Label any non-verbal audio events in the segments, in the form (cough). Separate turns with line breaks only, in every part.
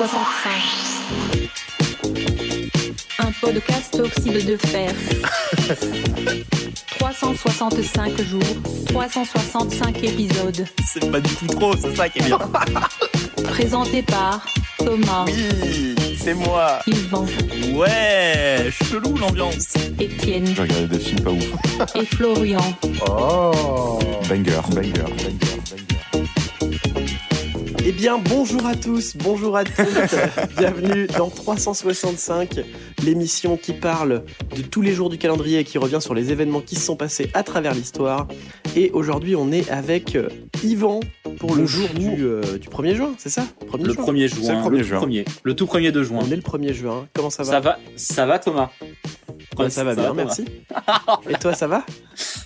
365. Un podcast oxyde de fer. 365 jours, 365 épisodes.
C'est pas du tout trop, c'est ça qui est bien.
Présenté par Thomas,
Oui, c'est moi.
Yvan,
Ouais, je te loue l'ambiance.
Étienne
J'ai regardé des films pas ouf.
et Florian.
Banger, banger, banger, banger.
Eh bien, bonjour à tous, bonjour à toutes. Bienvenue dans 365, l'émission qui parle de tous les jours du calendrier et qui revient sur les événements qui se sont passés à travers l'histoire. Et aujourd'hui, on est avec euh, Yvan pour le jour du, euh, du 1er juin, c'est ça Premier
Le
juin.
1er
C'est
juin.
le premier
tout
juin.
premier. Le tout premier de juin.
On est le 1er juin. Comment ça va
Ça va, ça va Thomas
Ouais, Ça va bien,
Thomas
merci. et toi, ça va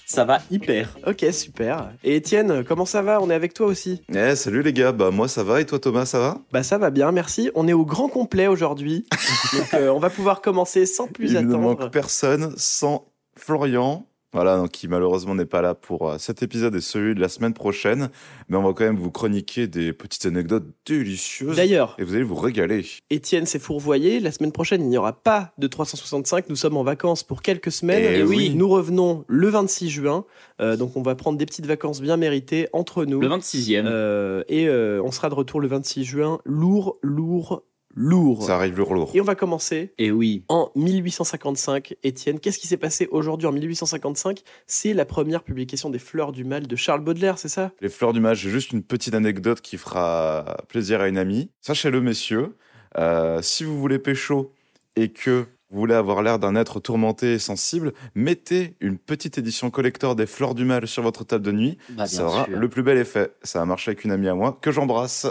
Ça va hyper.
Ok, super. Et Étienne, comment ça va On est avec toi aussi
Eh, salut les gars, bah moi ça va et toi Thomas ça va
Bah ça va bien, merci. On est au grand complet aujourd'hui. Donc euh, on va pouvoir commencer sans plus
Il ne
attendre.
manque personne sans Florian. Voilà, donc qui malheureusement n'est pas là pour euh, cet épisode et celui de la semaine prochaine. Mais on va quand même vous chroniquer des petites anecdotes délicieuses.
D'ailleurs,
Et vous allez vous régaler.
Étienne s'est fourvoyé. La semaine prochaine, il n'y aura pas de 365. Nous sommes en vacances pour quelques semaines.
Eh oui.
Nous revenons le 26 juin. Euh, donc, on va prendre des petites vacances bien méritées entre nous.
Le 26e.
Euh, et euh, on sera de retour le 26 juin. Lourd, lourd, lourd.
Ça arrive lourd lourd.
Et on va commencer
Et Eh oui.
en 1855. Étienne, qu'est-ce qui s'est passé aujourd'hui en 1855 C'est la première publication des Fleurs du Mal de Charles Baudelaire, c'est ça
Les fleurs du mal, j'ai juste une petite anecdote qui fera plaisir à une amie. Sachez-le, messieurs, euh, si vous voulez pécho et que vous voulez avoir l'air d'un être tourmenté et sensible, mettez une petite édition collector des fleurs du mal sur votre table de nuit.
Bah, bien,
ça aura
sûr.
le plus bel effet. Ça a marché avec une amie à moi que j'embrasse.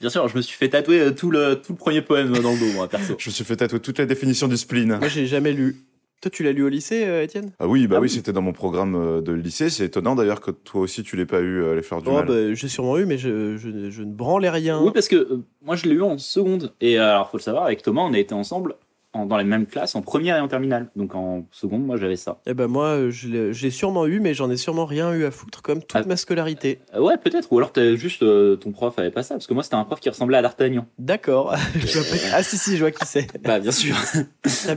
bien sûr, je me suis fait tatouer euh, tout le, tout le premier poème dans le dos, moi,
(laughs)
perso.
Je me suis fait tatouer toutes les définitions du spleen.
Moi, j'ai jamais lu. Toi, tu l'as lu au lycée, euh, Étienne
Ah oui, bah
Ah
oui,
oui.
c'était dans mon programme euh, de lycée. C'est étonnant d'ailleurs que toi aussi tu l'aies pas eu, euh, les fleurs du
Oh,
mal.
bah, j'ai sûrement eu, mais je, je- je ne branlais rien.
Oui, parce que euh, moi, je l'ai eu en seconde. Et euh, alors, faut le savoir, avec Thomas, on a été ensemble en- dans les mêmes classes, en première et en terminale. Donc en seconde, moi, j'avais ça.
Eh ben moi, euh, je l'ai je l'ai sûrement eu, mais j'en ai sûrement rien eu à foutre, comme toute
Ah.
ma scolarité.
Euh, ouais, peut-être. Ou alors, t'as juste euh, ton prof avait pas ça. Parce que moi, c'était un prof qui ressemblait à D'Artagnan.
D'accord. (laughs) Je vois pas- ah si, si, je vois qui c'est.
(laughs) Bah, bien sûr.
Très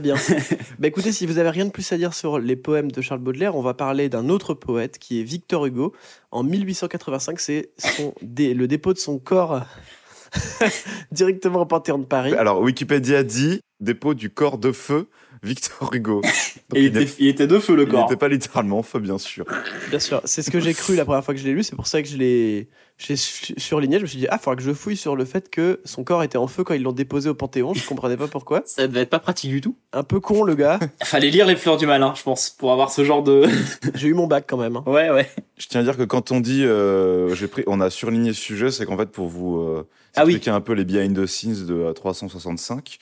(laughs)
bien. Bah écoutez, si vous avez rien de plus à dire sur les poèmes de Charles Baudelaire, on va parler d'un autre poète qui est Victor Hugo. En 1885, c'est son dé- le dépôt de son corps (laughs) directement au Panthéon de Paris.
Alors Wikipédia dit dépôt du corps de feu
(laughs)
Victor Hugo. (laughs) Donc,
et il
il n'est
était, il était de feu, le
Il
corps.
n'était pas littéralement feu, bien sûr.
Bien sûr, c'est ce que j'ai cru la première fois que je l'ai lu, c'est pour ça que je l'ai je l'ai su- surligné. Je me suis dit, ah, faudra que je fouille sur le fait que son corps était en feu quand ils l'ont déposé au Panthéon, je comprenais pas pourquoi.
Ça devait être pas pratique du tout.
Un peu con, le gars.
Fallait lire les fleurs du malin, je pense, pour avoir ce genre de. (laughs)
J'ai eu mon bac quand même. hein.
ouais, ouais.
Je tiens à dire que quand on dit, euh, j'ai pris, on a surligné ce sujet, c'est qu'en fait pour vous euh,
Ah oui.
expliquer un peu les behind the scenes de euh, 365,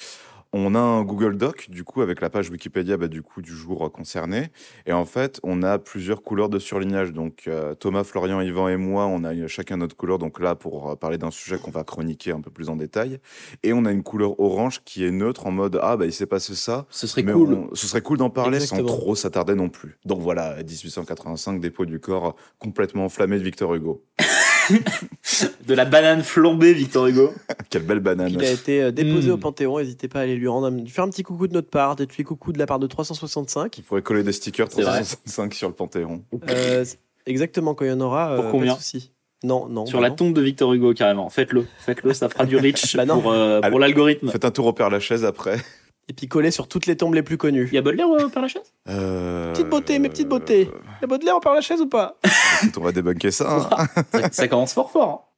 on a un Google Doc du coup avec la page Wikipédia bah, du coup du jour euh, concerné, et en fait on a plusieurs couleurs de surlignage. Donc euh, Thomas, Florian, Yvan et moi, on a chacun notre couleur. Donc là pour euh, parler d'un sujet qu'on va chroniquer un peu plus en détail, et on a une couleur orange qui est neutre en mode ah bah il s'est passé ça,
Ce serait
Mais
cool.
on- ce serait cool d'en parler sans
Exactement.
trop s'attarder non plus. Donc voilà, 1885, dépôt du corps complètement enflammé de Victor Hugo. (laughs)
De la banane flambée, Victor Hugo.
Quelle belle banane.
Il a été euh, déposé
Hmm.
au Panthéon, n'hésitez pas à aller lui rendre un... faire un petit coucou de notre part, des petits coucou de la part de 365.
Il pourrait coller des stickers
C'est vrai.
365 sur le Panthéon.
Euh, c'est- exactement, quand il y en aura, euh,
Pour combien
pas de souci. Non,
Oh,
non.
Sur
bah
la
non.
tombe de Victor Hugo, carrément. Faites-le. Faites-le, ça fera du (laughs) rich
Bah non.
pour, euh, pour
Allez.
l'algorithme.
Faites un tour au Père Lachaise après.
Et puis coller sur toutes les tombes les plus
Il y
connues.
a Baudelaire euh, au Père Lachaise
Euh,
Petite beauté, mes petites beautés.
euh,
La Baudelaire, on parle la chaise ou pas
écoute, on va débunker ça. hein.
ça, ça commence fort hein. fort.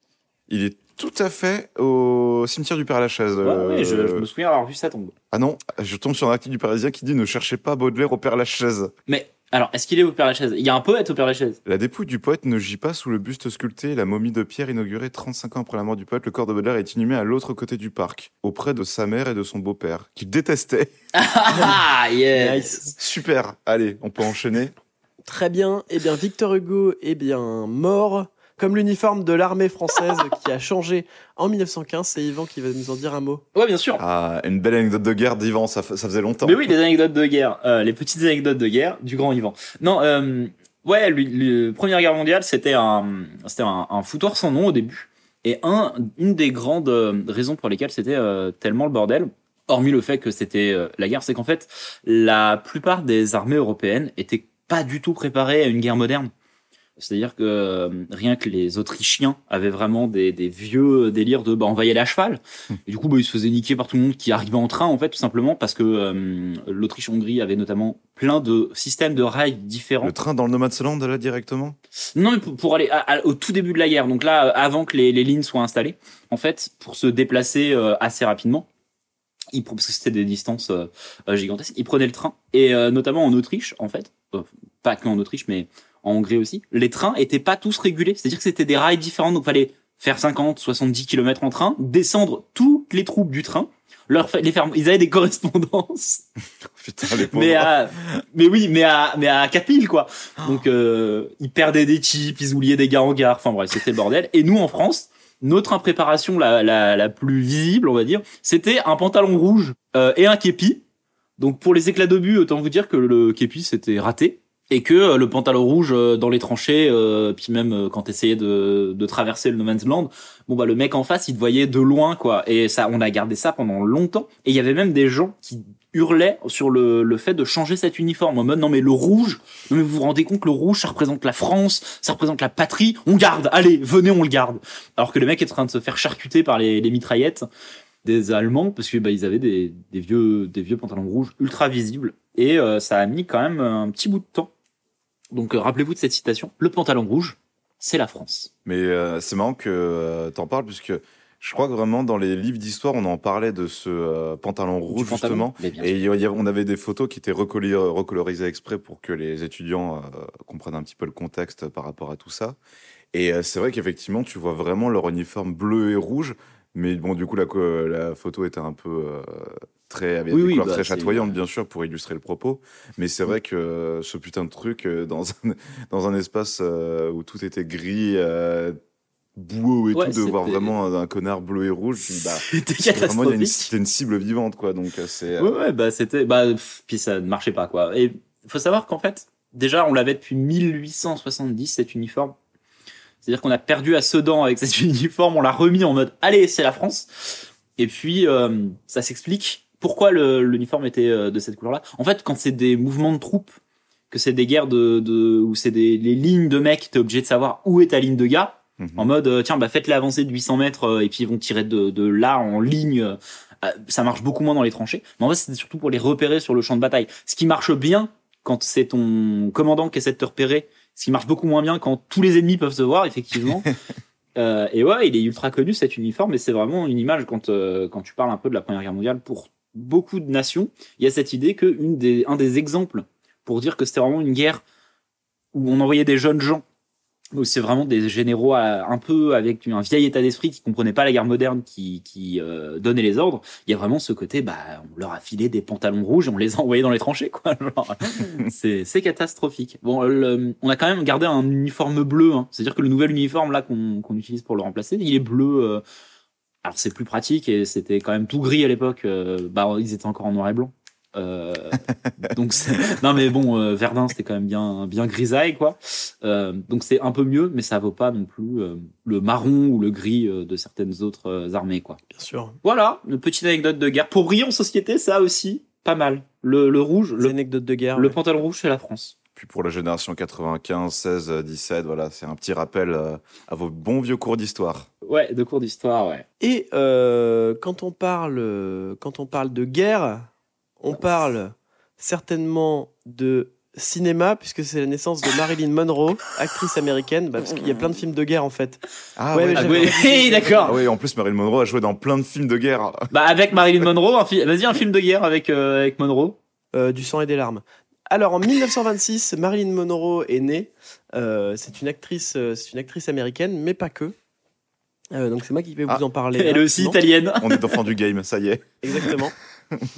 Il est tout à fait au cimetière du Père Lachaise.
hein. Ouais,
euh,
ouais, je, je me souviens avoir vu sa tombe.
Ah non, je tombe sur un article du Parisien qui dit ne cherchez pas Baudelaire au Père Lachaise.
Mais alors, est-ce qu'il est au Père Lachaise Il y a un poète au Père Lachaise.
La dépouille du poète ne gît pas sous le buste sculpté et la momie de pierre inaugurée 35 ans après la mort du poète. Le corps de Baudelaire est inhumé à l'autre côté du parc, auprès de sa mère et de son beau-père, qu'il détestait. (laughs)
(laughs) Ah, yes.
Nice.
Super Allez, on peut enchaîner.
Très bien. Eh bien, Victor Hugo, eh bien, mort. Comme l'uniforme de l'armée française qui a changé en 1915, c'est Yvan qui va nous en dire un mot.
Ouais, bien sûr.
Ah, une belle anecdote de guerre d'Ivan, ça, fa- ça faisait longtemps.
Mais oui, les anecdotes de guerre, euh, les petites anecdotes de guerre du grand Yvan. Non, euh, ouais, lui- lui- Première Guerre mondiale, c'était un, c'était un, un foutoir sans nom au début. Et un, une des grandes euh, raisons pour lesquelles c'était euh, tellement le bordel, hormis le fait que c'était euh, la guerre, c'est qu'en fait, la plupart des armées européennes étaient pas du tout préparées à une guerre moderne. C'est-à-dire que euh, rien que les Autrichiens avaient vraiment des, des vieux délires de bah, on va y aller à cheval. Et du coup, bah, ils se faisaient niquer par tout le monde qui arrivait en train, en fait, tout simplement parce que euh, l'Autriche-Hongrie avait notamment plein de systèmes de rails différents.
Le train dans le No Man's Land, là, directement (laughs)
Non, mais pour, pour aller à- à- au tout début de la guerre, donc là, euh, avant que les, les lignes soient installées, en fait, pour se déplacer euh, assez rapidement, ils, pre- parce que c'était des distances euh, euh, gigantesques, ils prenaient le train. Et euh, notamment en Autriche, en fait, euh, pas que en Autriche, mais en Hongrie aussi, les trains étaient pas tous régulés. C'est-à-dire que c'était des rails différents, donc fallait faire 50, 70 km en train, descendre toutes les troupes du train, leur fa- les faire, ils avaient des correspondances
Putain, les pauvres.
mais euh, à, mais oui, mais à, mais à 4000 quoi. Donc euh, ils perdaient des types, ils oubliaient des gars en gare. Enfin bref, c'était le bordel. Et nous en France, notre impréparation la, la, la plus visible, on va dire, c'était un pantalon rouge euh, et un képi. Donc pour les éclats d'obus, autant vous dire que le képi c'était raté. Et que euh, le pantalon rouge euh, dans les tranchées, euh, puis même euh, quand t'essayais de, de traverser le No Man's Land, bon bah le mec en face il te voyait de loin quoi et ça on a gardé ça pendant longtemps et il y avait même des gens qui hurlaient sur le, le fait de changer cet uniforme en mode non mais le rouge non mais vous vous rendez compte le rouge ça représente la France ça représente la patrie on garde allez venez on le garde alors que le mec est en train de se faire charcuter par les, les mitraillettes des Allemands parce que bah, ils avaient des, des vieux des vieux pantalons rouges ultra visibles et euh, ça a mis quand même un petit bout de temps donc euh, rappelez-vous de cette citation le pantalon rouge c'est la France
Mais euh, c'est marrant que euh, t'en parles, puisque je crois que vraiment dans les livres d'histoire, on en parlait de ce euh, pantalon
Du
rouge,
pantalon.
justement.
Mais bien
Et il y avait- on avait des photos qui étaient recolli- recolorisées exprès pour que les étudiants euh, comprennent un petit peu le contexte par rapport à tout ça. Et euh, c'est vrai qu'effectivement, tu vois vraiment leur uniforme bleu et rouge. Mais bon, du coup, la, co- la photo était un peu euh, très, avec
Oui,
des
oui,
couleurs
bah,
très
c'est-
chatoyantes, bien sûr, pour illustrer le propos. Mais c'est vrai que euh, ce putain de truc, euh, dans un, (laughs) dans un espace euh, où tout était gris, euh, boueux et
Ouais,
tout, de voir
c'était-
vraiment un, un connard bleu et rouge,
(laughs)
tu dis, bah,
C'était
vraiment, il y a une,
catastrophique.
c'était une cible vivante, quoi. Donc, euh, c'est. euh,
Ouais, ouais, bah c'était, bah pff, puis ça ne marchait pas quoi. Et faut savoir qu'en fait, déjà on l'avait depuis 1870 cet uniforme. C'est-à-dire qu'on a perdu à Sedan avec cet (laughs) uniforme, on l'a remis en mode allez c'est la France. Et puis euh, ça s'explique pourquoi le- l'uniforme était euh, de cette couleur-là. En fait, quand c'est des mouvements de troupes, que c'est des guerres de, de où c'est des les lignes de mecs, t'es obligé de savoir où est ta ligne de gars.
mhm.
En mode, euh, tiens, bah, faites-les avancer de 800 mètres euh, et puis ils vont tirer de, de là en ligne. euh, euh, Ça marche beaucoup moins dans les tranchées. Mais en fait, c'était surtout pour les repérer sur le champ de bataille. Ce qui marche bien quand c'est ton commandant qui essaie de te repérer. Ce qui marche beaucoup moins bien quand tous les ennemis peuvent se voir, effectivement. Euh, et ouais, il est ultra connu cet uniforme et c'est vraiment une image quand, euh, quand tu parles un peu de la Première Guerre mondiale pour beaucoup de nations. Il y a cette idée que une des, un des exemples pour dire que c'était vraiment une guerre où on envoyait des jeunes gens où c'est vraiment des généraux à- un peu avec un vieil état d'esprit qui comprenaient pas la guerre moderne qui, qui euh, donnait les ordres. Il y a vraiment ce côté, bah, on leur a filé des pantalons rouges et on les a envoyés dans les tranchées, quoi. (laughs) Genre, c'est c'est catastrophique. Bon, euh, le- on a quand même gardé un uniforme bleu. hein. C'est-à-dire que le nouvel uniforme là qu'on qu'on utilise pour le remplacer, il est bleu. euh, alors c'est plus pratique et c'était quand même tout gris à l'époque. euh, bah, ils étaient encore en noir et blanc. Euh, donc c'est- non mais bon euh, Verdun c'était quand même bien bien grisaille quoi euh, donc c'est un peu mieux, mais ça vaut pas non plus euh, le marron ou le gris euh, de certaines autres euh, armées, quoi.
Bien sûr.
Voilà, une petite anecdote de guerre. Pour briller en société, ça aussi, pas mal. Le, le rouge,
Les
le,
anecdotes de guerre.
le
ouais.
pantalon rouge, c'est la France.
Puis pour la génération 95, 16, euh, 17, voilà, c'est un petit rappel euh, à vos bons vieux cours d'histoire.
Ouais, de cours d'histoire, ouais.
Et euh, quand, on parle, euh, quand on parle de guerre, on parle certainement de cinéma, puisque c'est la naissance de Marilyn Monroe, actrice américaine, bah, parce qu'il y a plein de films de guerre en fait.
Ah
Ouais,
ouais,
mais
Ah
j'avais
oui,
j'avais-
(laughs) oui,
Ah
d'accord.
ouais, en plus Marilyn Monroe a joué dans plein de films de guerre.
Bah avec Marilyn Monroe, un fi- vas-y un film de guerre avec euh, avec Monroe.
Euh, du sang et des larmes. Alors en 1926, Marilyn Monroe est née. Euh, c'est une actrice, euh, c'est une actrice américaine, mais pas que. Euh, donc c'est moi qui vais
Ah.
vous en parler.
(laughs) Elle est aussi
rapidement.
italienne.
On est enfant du game, ça y est.
Exactement.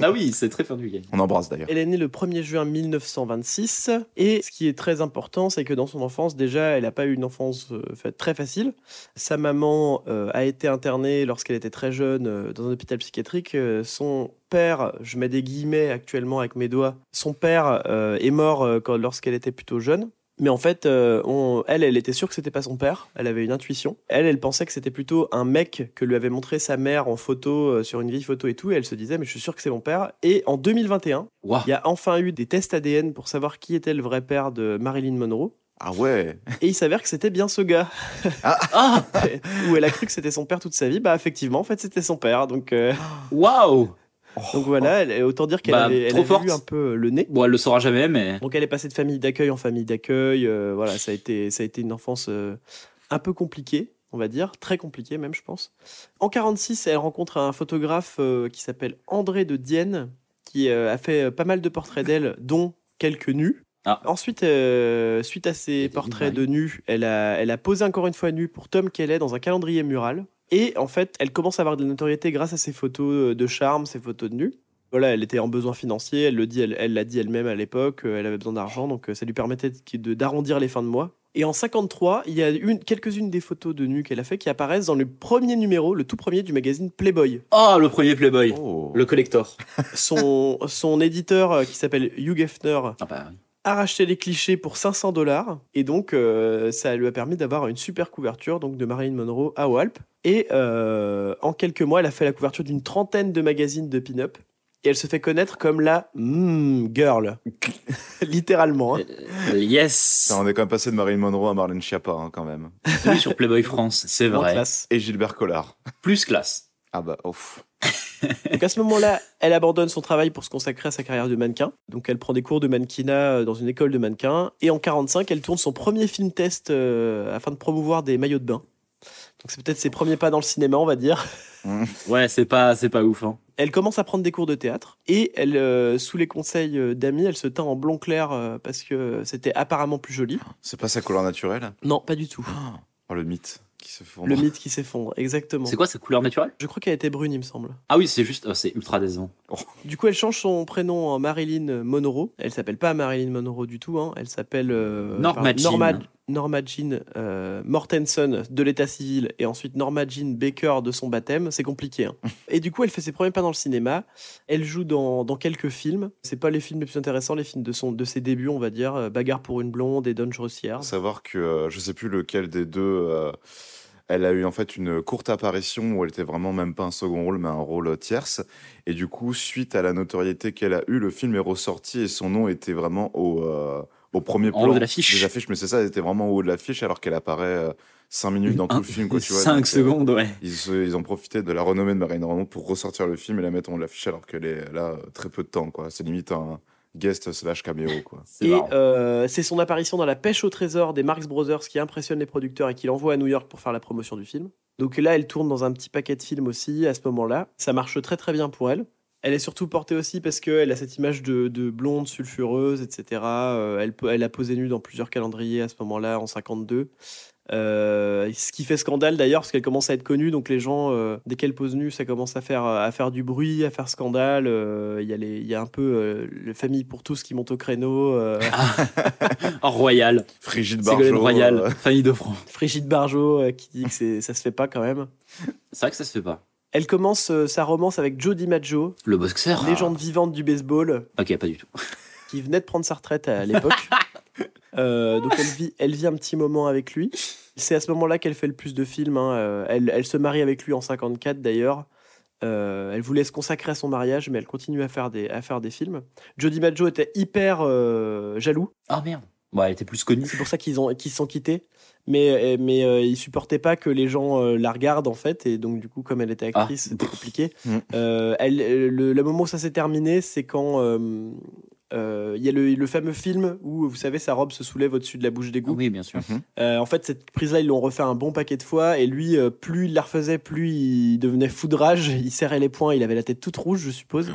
Ah oui, c'est très fin du game.
On embrasse d'ailleurs.
Elle est née le 1er juin 1926 et ce qui est très important, c'est que dans son enfance, déjà, elle n'a pas eu une enfance euh, fa- très facile. Sa maman euh, a été internée lorsqu'elle était très jeune euh, dans un hôpital psychiatrique. Euh, son père, je mets des guillemets actuellement avec mes doigts, son père euh, est mort euh, quand- lorsqu'elle était plutôt jeune. Mais en fait, euh, on- elle, elle était sûre que c'était pas son père. Elle avait une intuition. Elle, elle pensait que c'était plutôt un mec que lui avait montré sa mère en photo, euh, sur une vieille photo et tout. Et elle se disait, mais je suis sûre que c'est mon père. Et en 2021,
Waouh.
il y a enfin eu des tests ADN pour savoir qui était le vrai père de Marilyn Monroe.
Ah ouais
Et il s'avère que c'était bien ce gars.
Ah,
(laughs) Où elle a cru que c'était son père toute sa vie. Bah, effectivement, en fait, c'était son père. Donc, euh,
waouh.
Oh. donc voilà, elle- autant dire qu'elle
Bah,
avait, elle
trop
avait
forte.
eu un peu le nez.
Bon, elle le saura jamais, mais.
Donc elle est passée de famille d'accueil en famille d'accueil. euh, voilà, ça a été, ça a été une enfance euh, un peu compliquée, on va dire, très compliquée même, je pense. En 46, elle rencontre un photographe euh, qui s'appelle André de Dienne, qui euh, a fait euh, pas mal de portraits d'elle, dont quelques nus.
Ah.
Ensuite, euh, suite à ces
des
portraits de nus, elle a, elle a posé encore une fois nue pour Tom Kelly dans un calendrier mural. Et en fait, elle commence à avoir de la notoriété grâce à ses photos euh, de charme, ses photos de nu. Voilà, elle était en besoin financier, elle le dit, elle elle l'a dit elle-même à l'époque, euh, elle avait besoin d'argent, donc euh, ça lui permettait de- de- d'arrondir les fins de mois. Et en 53, il y a une, quelques-unes des photos de nu qu'elle a fait qui apparaissent dans le premier numéro, le tout premier du magazine Playboy.
Oh, le premier Playboy.
Oh.
Le collector. (laughs)
Son, son éditeur, euh, qui s'appelle Hugh Hefner,
Ah, bah oui.
a racheté les clichés pour 500 dollars, et donc euh, ça lui a permis d'avoir une super couverture donc de Marilyn Monroe à Walp. Et euh, en quelques mois, elle a fait la couverture d'une trentaine de magazines de pin-up, et elle se fait connaître comme la mm,
(laughs)
girl, littéralement. hein.
Euh, Yes.
Putain, on est quand même passé de Marilyn Monroe à Marlène Schiappa, hein, quand même.
Oui, sur Playboy France, c'est
Vraiment
vrai.
classe.
Et Gilbert Collard.
Plus classe.
Ah bah, ouf.
Donc à ce moment-là, elle abandonne son travail pour se consacrer à sa carrière de mannequin. Donc elle prend des cours de mannequinat euh, dans une école de mannequin. Et en 45, elle tourne son premier film test euh, afin de promouvoir des maillots de bain. Donc c'est peut-être ses premiers pas dans le cinéma, on va dire.
Ouais, c'est pas, c'est pas ouf. Hein.
Elle commence à prendre des cours de théâtre et elle, euh, sous les conseils euh, d'amis, elle se teint en blond clair euh, parce que c'était apparemment plus joli.
C'est pas sa couleur naturelle
Non, pas du tout.
Oh, le mythe qui se fond.
Ah. Le mythe qui s'effondre, exactement.
bah. C'est quoi sa couleur naturelle
Je crois qu'elle était brune, il me semble.
Ah oui, c'est juste, oh, c'est ultra décevant.
Du coup, elle change son prénom en Marilyn Monroe. Elle s'appelle pas Marilyn Monroe du tout. hein. Elle s'appelle euh,
Norma
pardon,
Jean.
Norma, Norma Jean euh, Mortensen de l'état civil et ensuite Norma Jean Baker de son baptême.
(laughs)
C'est compliqué. hein. et du coup, elle fait ses premiers pas dans le cinéma. Elle joue dans, dans quelques films. C'est pas les films les plus intéressants, les films de, son, de ses débuts, on va dire. euh, Bagarre pour une blonde et Donne grossière.
Savoir que euh, je sais plus lequel des deux. euh, elle a eu en fait une courte apparition où elle était vraiment même pas un second rôle mais un rôle euh, tierce. Et du coup, suite à la notoriété qu'elle a eue, le film est ressorti et son nom était vraiment au, euh, au premier
En
plan
haut de l'affiche.
des affiches. Mais c'est ça, elle était vraiment au haut de l'affiche alors qu'elle apparaît 5 minutes dans tout le film. Quoi, tu vois.
5
Donc, euh,
secondes, ouais.
Ils, se- ils ont profité de la renommée de Marine Normand pour ressortir le film et la mettre en haut de l'affiche alors qu'elle est là euh, très peu de temps. quoi. C'est limite un guest slash caméo. Quoi.
C'est
Et
marrant.
euh, c'est son apparition dans La pêche au trésor des Marx Brothers qui impressionne les producteurs et qui l'envoie à New York pour faire la promotion du film. Donc là, elle tourne dans un petit paquet de films aussi à ce moment-là. Ça marche très très bien pour elle. Elle est surtout portée aussi parce qu'elle a cette image de, de blonde, sulfureuse, etc. Euh, elle, peut- elle a posé nue dans plusieurs calendriers à ce moment-là, en 52. Euh, ce qui fait scandale d'ailleurs parce qu'elle commence à être connue donc les gens euh, dès qu'elle pose nue ça commence à faire à faire du bruit à faire scandale Euh, il y a les il y a un peu euh, les familles pour tous qui montent au créneau euh,
Oh, Royal.
Frigide
Ségolène
Barjot.
Royal,
euh,
famille de France.
Frigide Barjot euh, qui dit que c'est- ça se fait pas quand même.
C'est vrai que ça se fait pas.
Elle commence euh, sa romance avec Joe DiMaggio,
Le boxeur ah.
légende vivante du baseball,
Ok, pas du tout.
qui venait de prendre sa retraite à l'époque. Euh, donc elle vit, elle vit un petit moment avec lui. C'est à ce moment-là qu'elle fait le plus de films. hein. Euh, Elle, elle se marie avec lui en 54 d'ailleurs. Euh, elle voulait se consacrer à son mariage, mais elle continue à faire des, à faire des films. Joe DiMaggio était hyper euh, jaloux.
Ah merde. Bon, elle était plus connue.
C'est pour ça qu'ils ont qu'ils se sont quittés. Mais euh, mais euh, ils supportaient pas que les gens euh, la regardent en fait et donc du coup comme elle était
Ah.
actrice c'était compliqué.
Mm.
Euh, elle euh, le, le moment où ça s'est terminé c'est quand euh, euh, il y a le, le fameux film où vous savez sa robe se soulève au-dessus de la bouche d'égout.
Oui, bien sûr.
Euh, en fait cette prise là ils l'ont refait un bon paquet de fois et lui euh, plus il la refaisait plus il devenait fou de rage, il serrait les poings, il avait la tête toute rouge je suppose.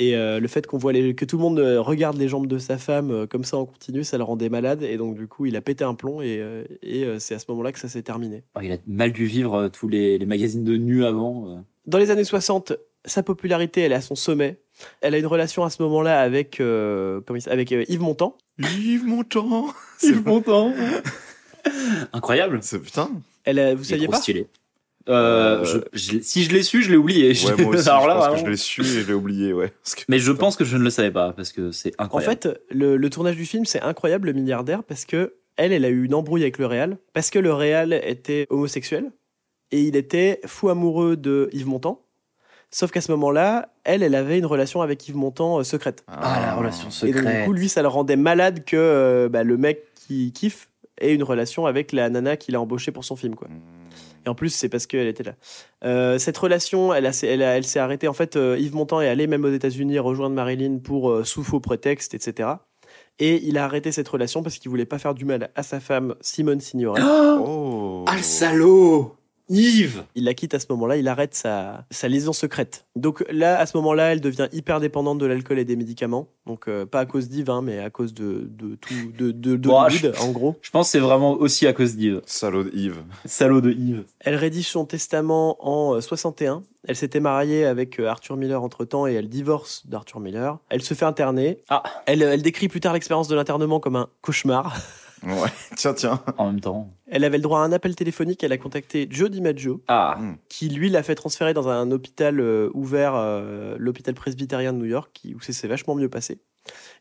Et euh, le fait qu'on voit les, que tout le monde euh, regarde les jambes de sa femme euh, comme ça en continu, ça le rendait malade. Et donc, du coup, il a pété un plomb. Et, euh, et, euh, c'est à ce moment-là que ça s'est terminé.
Oh, il a mal dû vivre euh, tous les, les magazines de nu avant.
(laughs)
euh.
Dans les années 60, sa popularité, elle est à son sommet. Elle a une relation à ce moment-là avec, euh, comment il s- avec euh, Yves Montand.
Yves Montand.
C'est content. (laughs) Incroyable.
C'est putain.
Elle a- vous
C'est
saviez
trop
pas
stylé. Euh,
Euh,
je- je- si je l'ai su, je l'ai oublié. Je-
Ouais,
(laughs)
moi aussi,
Alors
je
là,
pense que
vraiment.
je l'ai su et je l'ai oublié, ouais. Parce que-
Mais je pense que je ne le savais pas parce que c'est
En
incroyable.
fait, le, le tournage du film, c'est incroyable, le milliardaire, parce que elle, elle a eu une embrouille avec le réal, parce que le réal était homosexuel et il était fou amoureux de Yves Montand. Sauf qu'à ce moment-là, elle, elle avait une relation avec Yves Montand euh, secrète.
ah la relation
Et donc, du
secrète.
coup, lui, ça le rendait malade que euh, bah, le mec qui kiffe ait une relation avec la nana qu'il a embauchée pour son film, quoi.
Mm.
Et en plus, c'est parce qu'elle était là. Euh, cette relation, elle, a- elle, a- elle s'est arrêtée. En fait, euh, Yves Montand est allé même aux États-Unis rejoindre Marilyn pour euh, sous faux prétexte, etc. Et il a arrêté cette relation parce qu'il voulait pas faire du mal à sa femme Simone Signoret.
Oh,
Oh
ah le salaud Yves
Il la quitte à ce moment-là, il arrête sa, sa liaison secrète. Donc là, à ce moment-là, elle devient hyper dépendante de l'alcool et des médicaments. Donc euh, pas à cause d'Yves, hein, mais à cause de, de tout, de, de, d'Hollywood, en gros.
Je pense que c'est vraiment aussi à cause d'Yves.
Salaud de
(laughs)
Yves.
Salaud de Yves.
Elle rédige son testament en euh, 61. Elle s'était mariée avec euh, Arthur Miller entre-temps et elle divorce d'Arthur Miller. Elle se fait interner.
Ah.
Elle, euh, elle décrit plus tard l'expérience de l'internement comme un cauchemar. (laughs)
Ouais, tiens, tiens.
En même temps.
Elle avait le droit à un appel téléphonique. Elle a contacté Joe DiMaggio,
Ah,
qui lui l'a fait transférer dans un hôpital euh, ouvert, euh, l'hôpital presbytérien de New York, qui- où c'est c'est vachement mieux passé.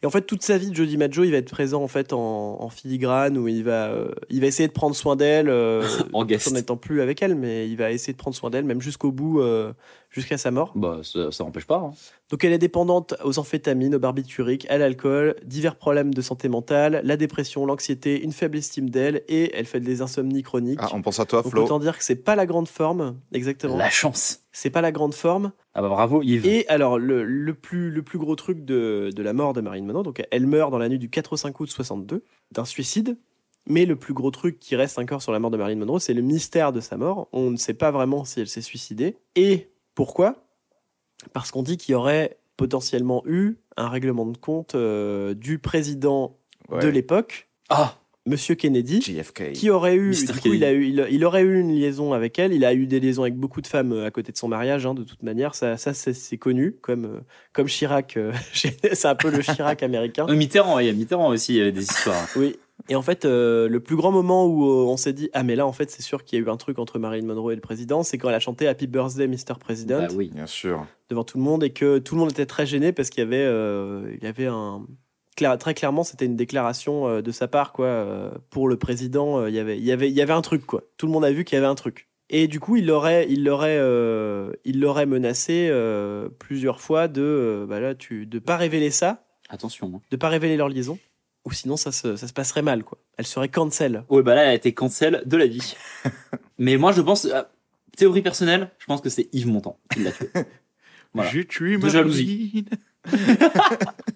Et en fait, toute sa vie, Jodie Maggio, il va être présent en fait en, en filigrane, où il va, euh, il va essayer de prendre soin d'elle, euh,
en
tout en
guest.
n'étant plus avec elle, mais il va essayer de prendre soin d'elle, même jusqu'au bout, euh, jusqu'à sa mort.
Bah, ça, ça n'empêche pas. hein.
Donc elle est dépendante aux amphétamines, aux barbituriques, à l'alcool, divers problèmes de santé mentale, la dépression, l'anxiété, une faible estime d'elle, et elle fait des insomnies chroniques.
Ah, on pense à toi,
Donc
Flo.
autant dire que c'est pas la grande forme, exactement.
La chance.
C'est pas la grande forme.
Ah bah bravo Yves.
Et alors, le, le plus, le plus gros truc de, de la mort de Marine Monroe, donc elle meurt dans la nuit du 4 au 5 août 62, d'un suicide. Mais le plus gros truc qui reste encore sur la mort de Marilyn Monroe, c'est le mystère de sa mort. On ne sait pas vraiment si elle s'est suicidée. Et pourquoi Parce qu'on dit qu'il y aurait potentiellement eu un règlement de compte euh, du président
Ouais.
de l'époque,
Ah,
Monsieur Kennedy,
JFK.
qui aurait eu,
Mr.
du coup,
Kennedy.
il, a eu il, il aurait eu une liaison avec elle. Il a eu des liaisons avec beaucoup de femmes euh, à côté de son mariage, hein, de toute manière. Ça, ça c'est c'est connu, comme, euh, comme Chirac. euh, (laughs) c'est un peu le Chirac américain.
euh, Mitterrand, il y a Mitterrand aussi, il y avait des histoires.
(laughs) Oui. Et en fait, euh, le plus grand moment où euh, on s'est dit Ah, mais là, en fait, c'est sûr qu'il y a eu un truc entre Marilyn Monroe et le président, c'est quand elle a chanté Happy Birthday, Mr. President,
Bah oui.
Bien sûr.
devant tout le monde, et que tout le monde était très gêné parce qu'il y avait, euh, il y avait un. clair- très clairement, c'était une déclaration euh, de sa part, quoi. euh, pour le président, euh, il y avait- il y avait- il y avait un truc, quoi. Tout le monde a vu qu'il y avait un truc. Et du coup, il l'aurait, il l'aurait, euh, il l'aurait menacé euh, plusieurs fois de, euh, bah là, tu, de pas révéler ça,
Attention. hein.
de pas révéler leur liaison, ou sinon ça se, ça se passerait mal, quoi. Elle serait cancel.
Ouais, bah là, elle a été cancel de la vie. Mais moi, je pense, euh, théorie personnelle, je pense que c'est Yves Montand qui l'a tué. Voilà.
J'ai tué
De
Marine.
jalousie.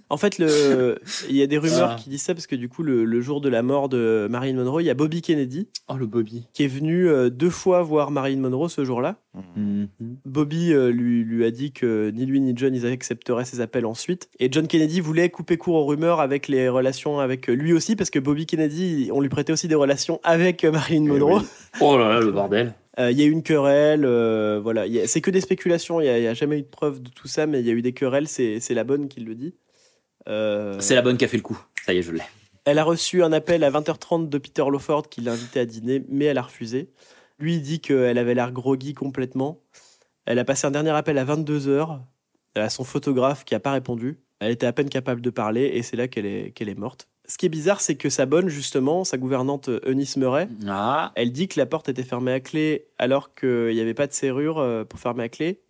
En fait, le, il y a des rumeurs
Ah.
qui disent ça parce que du coup, le, le jour de la mort de Marilyn Monroe, il y a Bobby Kennedy
Oh, le Bobby.
qui est venu euh, deux fois voir Marilyn Monroe ce jour-là.
Mhm.
Bobby euh, lui, lui a dit que ni lui ni John ils accepteraient ses appels ensuite. Et John Kennedy voulait couper court aux rumeurs avec les relations avec euh, lui aussi parce que Bobby Kennedy, on lui prêtait aussi des relations avec euh, Marilyn
Eh
Monroe.
oui.
Oh là là, le bordel.
Euh, Il y a eu une querelle, euh, voilà. Il y a- C'est que des spéculations, il n'y a, jamais eu de preuve de tout ça, mais il y a eu des querelles, c'est c'est la bonne qui le dit. Euh,
C'est la bonne qui a fait le coup. Ça y est, je l'ai.
Elle a reçu un appel à 20h30 de Peter Lawford qui l'invitait à dîner, mais elle a refusé. Lui, il dit qu'elle avait l'air groggy complètement. Elle a passé un dernier appel à 22h à son photographe qui n'a pas répondu. Elle était à peine capable de parler et c'est là qu'elle est, qu'elle est morte. Ce qui est bizarre, c'est que sa bonne, justement, sa gouvernante euh, Eunice Murray,
Ah,
elle dit que la porte était fermée à clé alors qu'il n'y avait pas de serrure euh, pour fermer à clé.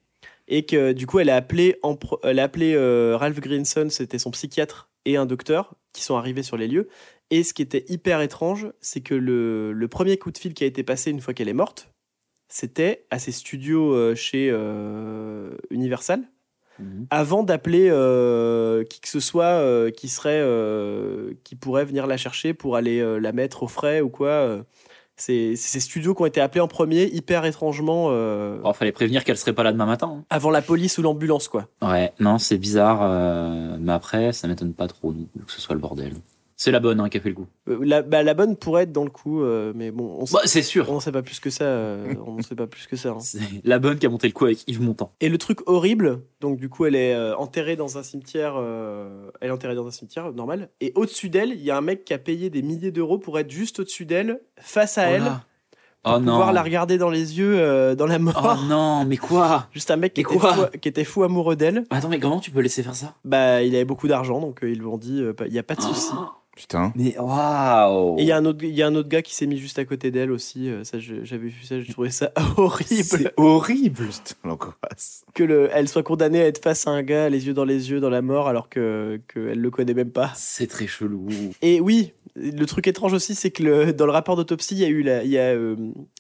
Et que du coup, elle a appelé, en pro- elle a appelé euh, Ralph Grinson, c'était son psychiatre et un docteur qui sont arrivés sur les lieux. Et ce qui était hyper étrange, c'est que le, le premier coup de fil qui a été passé une fois qu'elle est morte, c'était à ses studios euh, chez euh, Universal,
Mhm.
avant d'appeler euh, qui que ce soit euh, qui serait euh, qui pourrait venir la chercher pour aller euh, la mettre au frais ou quoi. euh. C'est c'est ces studios qui ont été appelés en premier, hyper étrangement, euh,
Oh, fallait prévenir qu'elle serait pas là demain matin.
avant la police ou l'ambulance, quoi.
hein. Ouais, non, c'est bizarre. euh, mais après, ça m'étonne pas trop non, que ce soit le bordel. C'est la bonne hein, qui a fait le coup.
Euh, La, bah, la bonne pourrait être dans le coup, euh, mais bon, on sait,
Bah, c'est sûr.
on sait pas plus que ça. euh, on sait pas plus que ça. hein.
C'est la bonne qui a monté le coup avec Yves Montand.
Et le truc horrible, donc du coup, elle est euh, enterrée dans un cimetière. euh, elle est enterrée dans un cimetière euh, normal. Et au-dessus d'elle, il y a un mec qui a payé des milliers d'euros pour être juste au-dessus d'elle, face à elle.
Oh non.
pouvoir la regarder dans les yeux euh, dans la
Oh
mort.
non, mais quoi
(laughs) Juste un mec qui
Mais
était,
quoi
fou, qui était fou amoureux d'elle.
Attends, mais comment tu peux laisser faire ça
Bah, il avait beaucoup d'argent, donc euh, ils lui ont dit, euh, pas- il y a pas de souci.
Oh,
Putain.
Mais waouh
Et il y, a un autre- il y a un autre gars qui s'est mis juste à côté d'elle aussi. euh, ça, je- j'avais vu ça, je trouvais ça (laughs) horrible.
C'est horrible
Putain, l'angoisse.
Que le, elle soit condamnée à être face à un gars, les yeux dans les yeux, dans la mort, alors que qu'elle le connaît même pas.
C'est très chelou.
Et oui, le truc étrange aussi, c'est que le- dans le rapport d'autopsie, il y a eu la, il y a, euh,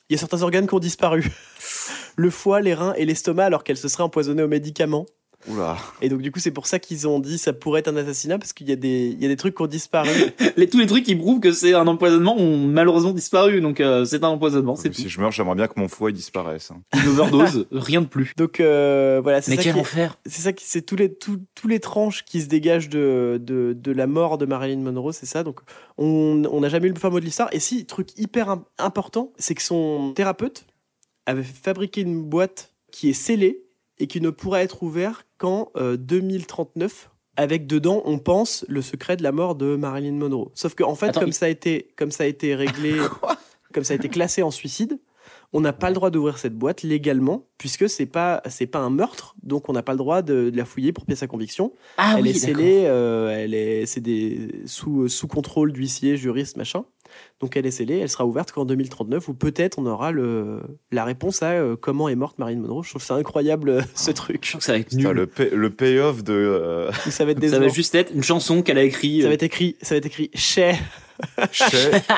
il y a certains organes qui ont disparu. (laughs) Le foie, les reins et l'estomac, alors qu'elle se serait empoisonnée aux médicaments.
Oula.
Et donc, du coup, c'est pour ça qu'ils ont dit ça pourrait être un assassinat, parce qu'il y, a des- il y a des trucs qui ont disparu.
(laughs)
(laughs)
Les, tous les trucs qui prouvent que c'est un empoisonnement ont malheureusement disparu, donc euh, c'est un empoisonnement, c'est
si
tout.
je meurs, j'aimerais bien que mon foie il disparaisse. hein.
(laughs) Une overdose, rien de plus.
Donc, euh, voilà, c'est
Mais
ça, qui
quel
est-
enfer
c'est ça qui c'est tous les, tous, tous les tranches qui se dégagent de, de, de la mort de Marilyn Monroe, c'est ça. Donc, on on n'a jamais eu le fameux de l'histoire. Et si, truc hyper im- important, c'est que son thérapeute avait fabriqué une boîte qui est scellée et qui ne pourra être ouverte qu'en euh, 2039. Avec dedans, on pense le secret de la mort de Marilyn Monroe. Sauf qu'en en fait,
Attends,
comme
il-
ça a été, comme ça a
(laughs)
été réglé, comme ça a été classé en suicide, on n'a pas le droit d'ouvrir cette boîte légalement puisque c'est pas, c'est pas un meurtre, donc on n'a pas le droit de, de la fouiller pour pièce à conviction
Ah
elle
oui,
est scellée, euh, elle est, c'est des sous, euh, sous contrôle d'huissier, juriste, machin. Donc elle est scellée, elle sera ouverte qu'en 2039 ou peut-être on aura le, la réponse à euh, comment est morte Marilyn Monroe. Je trouve ça incroyable euh, ce
Je (laughs)
truc.
trouve que ça va être
Putain,
nul.
le, pay- le payoff de.
(laughs)
euh,
Donc ça va être
Ça
décevant.
va juste être une chanson qu'elle a écrite.
Ça va
euh,
être écrit, ça va être écrit chez,
Chez,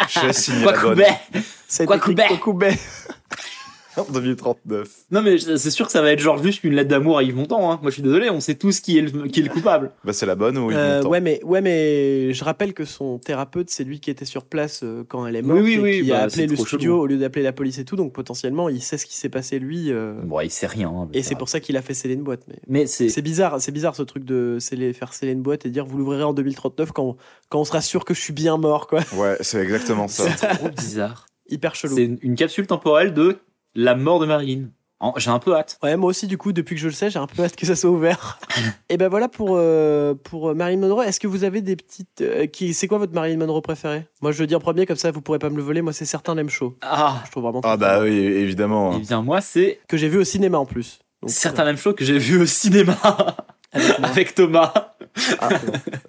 chez signé la bonne.
Kwakubé.
ça va être écrit
Kwakubé.
Kwakubé.
En 2039.
(laughs) Non mais c'est sûr que ça va être genre juste une lettre d'amour à Yves Montand. hein. Moi je suis désolé, on sait tous qui est le, qui est le coupable.
Bah, c'est la bonne ou il
Euh,
monte en-
ouais mais ouais mais je rappelle que son thérapeute c'est lui qui était sur place euh, quand elle est morte
Oui, oui,
et
oui,
qui a
bah, c'est
appelé le
trop
studio
chelou.
au lieu d'appeler la police et tout donc potentiellement il sait ce qui s'est passé lui euh,
(laughs) Bon, il sait rien. hein, le
et c'est
thérapeute.
pour ça qu'il a fait sceller une boîte mais
Mais c'est
C'est bizarre, c'est bizarre ce truc de sceller- faire sceller une boîte et dire vous l'ouvrirez en 2039 quand, quand on sera sûr que je suis bien mort, quoi. (laughs)
Ouais, c'est exactement ça.
(laughs) c'est trop bizarre.
Hyper (laughs) chelou.
C'est une, une capsule temporelle de la mort de Marilyn. En- J'ai un peu hâte.
Ouais, moi aussi, du coup, depuis que je le sais, j'ai un peu hâte que ça
(laughs)
soit ouvert. et ben voilà pour, euh, pour Marilyn Monroe. Est-ce que vous avez des petites. euh, qui, c'est quoi votre Marilyn Monroe préférée Moi, je le dis en premier, comme ça, vous pourrez pas me le voler. Moi, c'est certain l'aime chaud.
Ah.
Je trouve vraiment.
Ah,
très
bah
fort.
oui, évidemment.
Eh bien moi c'est
Que j'ai vu au cinéma en plus. Donc,
certains même show que j'ai vu au cinéma (laughs) avec Thomas.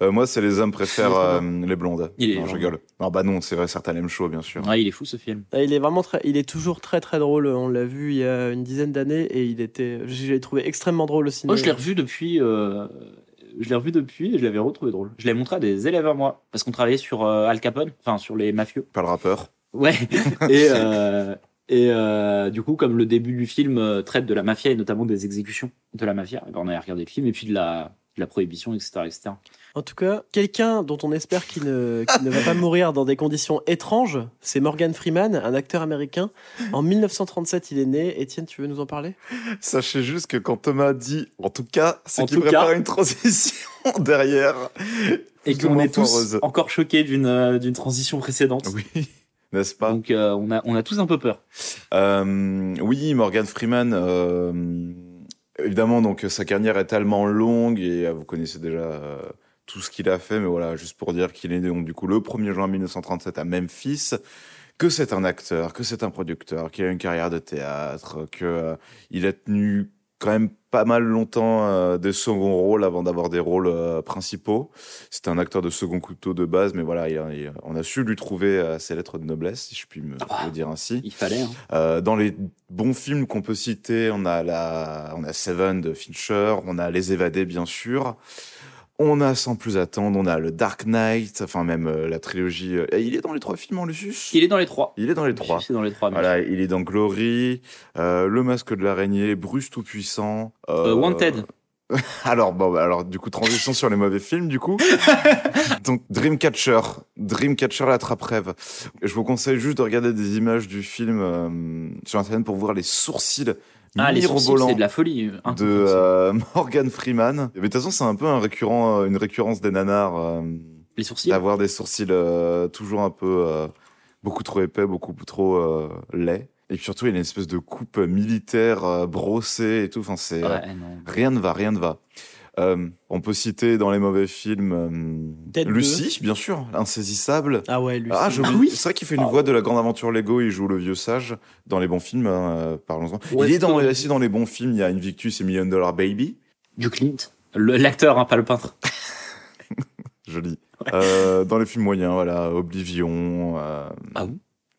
Euh, moi, c'est les hommes préfèrent euh, les blondes.
Il est
non,
genre-
je rigole. Non, bah non, c'est vrai, certains l'aiment chaud, bien sûr.
Ouais, il est fou ce film.
euh, Il est vraiment très, il est toujours très très drôle. On l'a vu il y a une dizaine d'années et il était, je l'ai trouvé extrêmement drôle au cinéma.
Moi je l'ai revu depuis. euh, Je l'ai revu depuis et je l'avais retrouvé drôle. Je l'ai montré à des élèves à moi parce qu'on travaillait sur euh, Al Capone, enfin sur les mafieux.
Pas le rappeur.
Ouais. (laughs) et euh, et euh, du coup, comme le début du film euh, traite de la mafia et notamment des exécutions de la mafia, eh ben, on a regardé le film et puis de la, de la prohibition, etc. etc.
En tout cas, quelqu'un dont on espère qu'il ne, qu'il ne va pas mourir dans des conditions étranges, c'est Morgan Freeman, un acteur américain. En 1937, il est né. Étienne, tu veux nous en parler
Sachez juste que quand Thomas dit en tout
En
cas, c'est qu'il
tout
prépare
cas.
une transition (laughs) derrière.
Et
Plus ou
qu'on
moins
est tous
foireuse.
encore choqués d'une euh, d'une transition précédente.
Oui, n'est-ce pas
Donc euh, on, a, on a tous un peu peur.
Euh, oui, Morgan Freeman. euh, évidemment, donc sa carrière est tellement longue et euh, vous connaissez déjà euh, tout ce qu'il a fait, mais voilà, juste pour dire qu'il est né, donc du coup le 1er juin 1937 à Memphis. Que c'est un acteur, que c'est un producteur, qu'il a une carrière de théâtre, que euh, il a tenu quand même pas mal longtemps euh, des seconds rôles avant d'avoir des rôles euh, principaux. C'était un acteur de second couteau de base, mais voilà, il a- il a- on a su lui trouver euh, ses lettres de noblesse, si je puis me
Ah bah.
le dire ainsi.
Il fallait. hein.
Euh, dans les bons films qu'on peut citer, on a, la, on a Seven de Fincher, on a Les Évadés, bien sûr. On a, sans plus attendre, on a le Dark Knight, enfin même euh, la trilogie. euh, et il est dans les trois films, en Lucius
Il est dans les trois.
Il est dans les trois.
C'est dans les trois. mais-
Voilà, il est dans Glory, euh, Le Masque de l'araignée, Bruce Tout-Puissant.
Euh, Wanted.
Alors, bon, bah, alors, du coup, transition sur les mauvais films,
(laughs)
du coup. Donc, Dreamcatcher. Dreamcatcher, la trappe rêve. Je vous conseille juste de regarder des images du film euh, sur Internet pour voir les sourcils
Ah, les sourcils,
mirobolants
c'est de la folie. hein.
de euh, (laughs) Morgan Freeman. Mais de toute façon, c'est un peu un récurrent, euh, une récurrence des nanars euh,
Les sourcils.
d'avoir des sourcils euh, toujours un peu euh, beaucoup trop épais, beaucoup trop euh, laids. Et puis surtout, il y a une espèce de coupe militaire euh, brossée et tout. Enfin, c'est euh,
Ouais, non.
rien ne va, rien ne va. Euh, on peut citer dans les mauvais films euh,
Dead
Lucie, bien sûr, l'insaisissable.
Ah ouais, lui.
Ah,
c'est-
j'ai oublié. C'est vrai qu'il fait une voix de la grande aventure Lego, il joue le vieux sage dans les bons films, hein, euh, parlons-en.
Ouais,
il est dans,
c'est-
aussi dans les bons films, il y a Invictus et Million Dollar Baby,
Du Clint. Le- L'acteur, hein, pas le peintre.
joli. Euh, dans les films moyens, voilà, Oblivion. euh,
Ah oui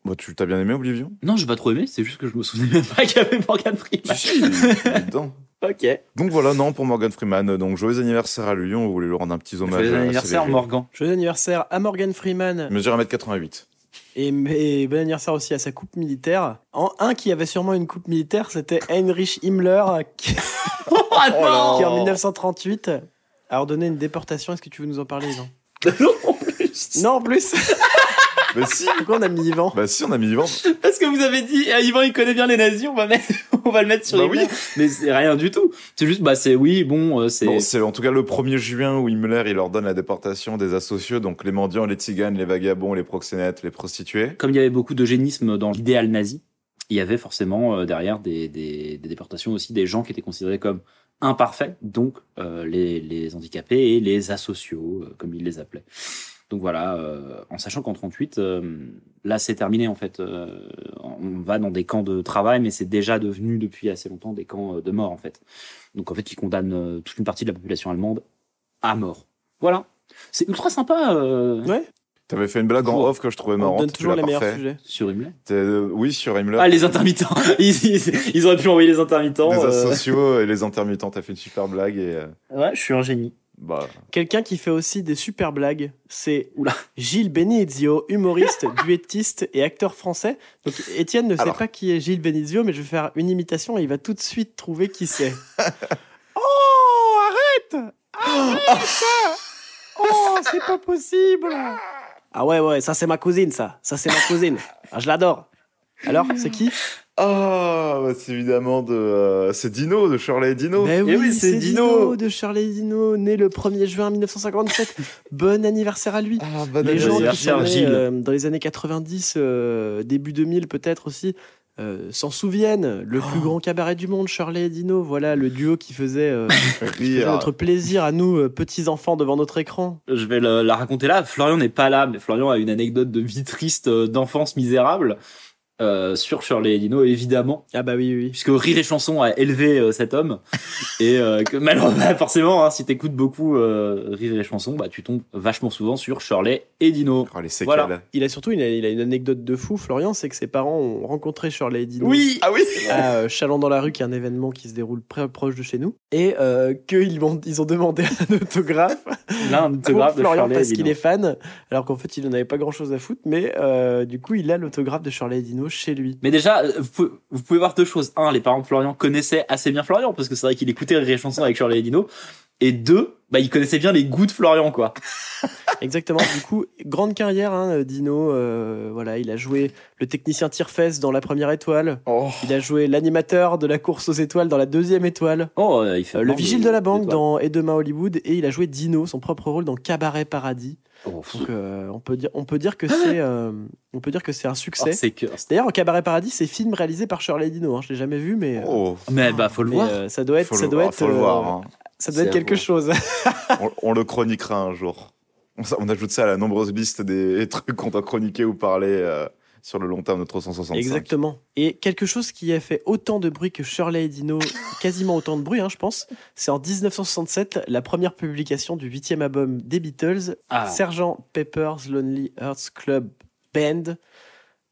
bah, tu t'as bien aimé Oblivion
Non, j'ai pas trop aimé, c'est juste que je me souvenais même pas (laughs) qu'il y avait Morgan Freeman.
Si, si, il (laughs) est dedans.
Ok.
Donc voilà, non, pour Morgan Freeman. Donc joyeux anniversaire à lui, on voulait lui rendre un petit hommage.
Joyeux
euh,
anniversaire,
célébré.
Morgan.
Joyeux anniversaire à Morgan Freeman
Il mesure 1m88.
et, et bon anniversaire aussi à sa coupe militaire. En un qui avait sûrement une coupe militaire, c'était Heinrich Himmler qui, Oh
Oh
Ah non
qui, en 1938 a ordonné une déportation. Est-ce que tu veux nous en parler, Yvan
(laughs) Non, en plus.
Non, en plus
bah si
Pourquoi on a mis Yvan
Bah si, on a mis Yvan.
Parce que vous avez dit, ah, Yvan il connaît bien les nazis, on va, mettre- (laughs) on va le mettre sur
Bah
les
oui.
plans. Mais c'est rien du tout. C'est juste, bah c'est oui, bon, euh, c'est.
Bon, c'est en tout cas le 1er juin où Himmler il ordonne la déportation des associés, donc les mendiants, les tziganes, les vagabonds, les proxénètes, les prostituées.
Comme il y avait beaucoup d'eugénisme dans l'idéal nazi, il y avait forcément euh, derrière des, des- des déportations aussi des gens qui étaient considérés comme imparfaits, donc euh, les, les handicapés et les asociaux, euh, comme ils les appelaient. Donc voilà, euh, en sachant qu'en 38, euh, là c'est terminé en fait. Euh, on va dans des camps de travail, mais c'est déjà devenu depuis assez longtemps des camps euh, de mort en fait. Donc en fait, ils condamnent euh, toute une partie de la population allemande à mort. Voilà. C'est ultra sympa euh,
Ouais,
T'avais fait une blague en
Toujours.
off que je trouvais
on
marrante.
donne
tu
toujours
l'as
les meilleurs
parfait.
sujets.
sur Himmler.
T'es- euh, oui, sur Himmler.
Ah, les intermittents (laughs) ils, ils- ils auraient pu envoyer les intermittents.
les
euh.
associaux et les intermittents, t'as fait une super blague et euh,
Ouais, je suis un génie.
bah
Quelqu'un qui fait aussi des super blagues, c'est
Oula.
Gilles Benizio, humoriste, duettiste et acteur français. Donc Étienne ne sait
Alors.
pas qui est Gilles Benizio, mais je vais faire une imitation et il va tout de suite trouver qui c'est. oh, arrête Arrête Oh, c'est pas possible Ah ouais, ouais, ça c'est ma cousine, ça. Ça c'est ma cousine. Ah, je l'adore. Alors, c'est qui
ah bah, c'est évidemment de euh, c'est Dino de Shirley et Dino.
Ben
Eh oui, c'est Dino.
de Charlie Dino, né le 1er juin 1957. bon anniversaire à lui.
Ah, bah,
les
Bon
gens qui
anniversaire,
sont nés,
Gilles.
euh, dans les années 90, euh, début 2000 peut-être aussi, euh, s'en souviennent. Le plus grand cabaret du monde, Shirley et Dino, voilà le duo qui faisait, euh, qui faisait
rire.
notre plaisir à nous, euh, petits enfants, devant notre écran.
Je vais le- la raconter là. Florian n'est pas là, mais Florian a une anecdote de vie triste euh, d'enfance misérable euh, sur Shirley et Dino, évidemment.
Ah bah oui, oui.
Puisque Rire et Chanson a élevé euh, cet
(laughs)
homme. et euh, que malheureusement, forcément, hein, si t'écoutes beaucoup euh, Rire et Chanson, bah, tu tombes vachement souvent sur Shirley et Dino.
Oh, les séquelles.
Voilà.
Il a surtout une, il a une anecdote de fou, Florian, c'est que ses parents ont rencontré Shirley et Dino.
Oui Ah oui
à euh, Chalon dans la rue, qui est un événement qui se déroule très proche de chez nous, et euh, qu'ils m'ont- ils ont demandé (laughs) un autographe
L'un
pour
autographe de
Ah Florian
Shirley et
parce
Dino.
qu'il est fan, alors qu'en fait il n'en avait pas grand chose à foutre, mais euh, du coup il a l'autographe de Shirley et Dino chez lui.
Mais déjà, euh, vous pouvez, vous pouvez voir deux choses. Un, les parents de Florian connaissaient assez bien Florian, parce que c'est vrai qu'il écoutait les chansons avec Shirley et Dino. Et deux, bah, il connaissait bien les goûts de Florian, quoi.
Exactement, du coup, grande carrière, hein, Dino, euh, voilà, il a joué le technicien tire-fesse dans la première étoile,
Oh.
il a joué l'animateur de la course aux étoiles dans la deuxième étoile.
Oh, euh, il fait
euh, le
plein
vigile de la banque
d'étoiles.
dans Et demain Hollywood et il a joué Dino, son propre rôle dans Cabaret Paradis.
Oh, pff,
Donc, euh, on, peut dire, on peut dire que c'est euh, on peut dire que c'est un
oh,
succès.
Ah. c'est que.
D'ailleurs, Cabaret Paradis, c'est film réalisé par Shirley Dino. hein. Je l'ai jamais vu, mais, euh,
Oh,
Mais bah, faut le
mais,
voir.
euh, ça doit être,
faut
ça
le
doit
voir,
être,
faut le
euh,
voir. hein.
ça doit être
C'est
quelque
à
(laughs) chose.
on, on le chroniquera un jour. On, s- on ajoute ça à la nombreuse liste des (laughs) trucs qu'on doit chroniquer ou parler euh, sur le long terme de 365.
Exactement. Et quelque chose qui a fait autant de bruit que Shirley et Dino, quasiment autant de bruit, hein, je pense. C'est en 1967 la première publication du huitième album des Beatles,
Ah.
Sergeant Pepper's Lonely Hearts Club Band.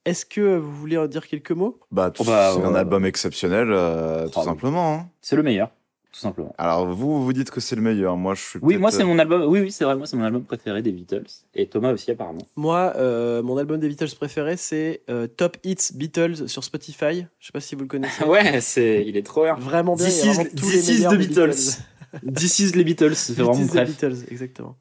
Est-ce que vous voulez en dire quelques mots
Bah, t-
Oh bah,
c'est
ouais,
un
ouais.
album exceptionnel, euh, tout
Ah oui.
simplement. hein.
C'est le meilleur, tout simplement.
Alors, vous, vous dites que c'est le meilleur. Moi, je suis.
Oui,
peut-être,
moi, c'est
euh,
mon album. Oui, oui, c'est vrai, moi, c'est mon album préféré des Beatles. Et Thomas aussi,
(laughs)
apparemment.
Moi, euh, mon album des Beatles préféré, c'est euh, Top Hits Beatles sur Spotify. Je sais pas si vous
(laughs)
le connaissez.
Ouais, c'est. Il est trop bien.
Vraiment bien.
This
il y a
is,
vraiment tous
this
les
is
meilleurs
the
des
Beatles. This is les Beatles, c'est
This
vraiment
is the
bref.
Beatles, exactement.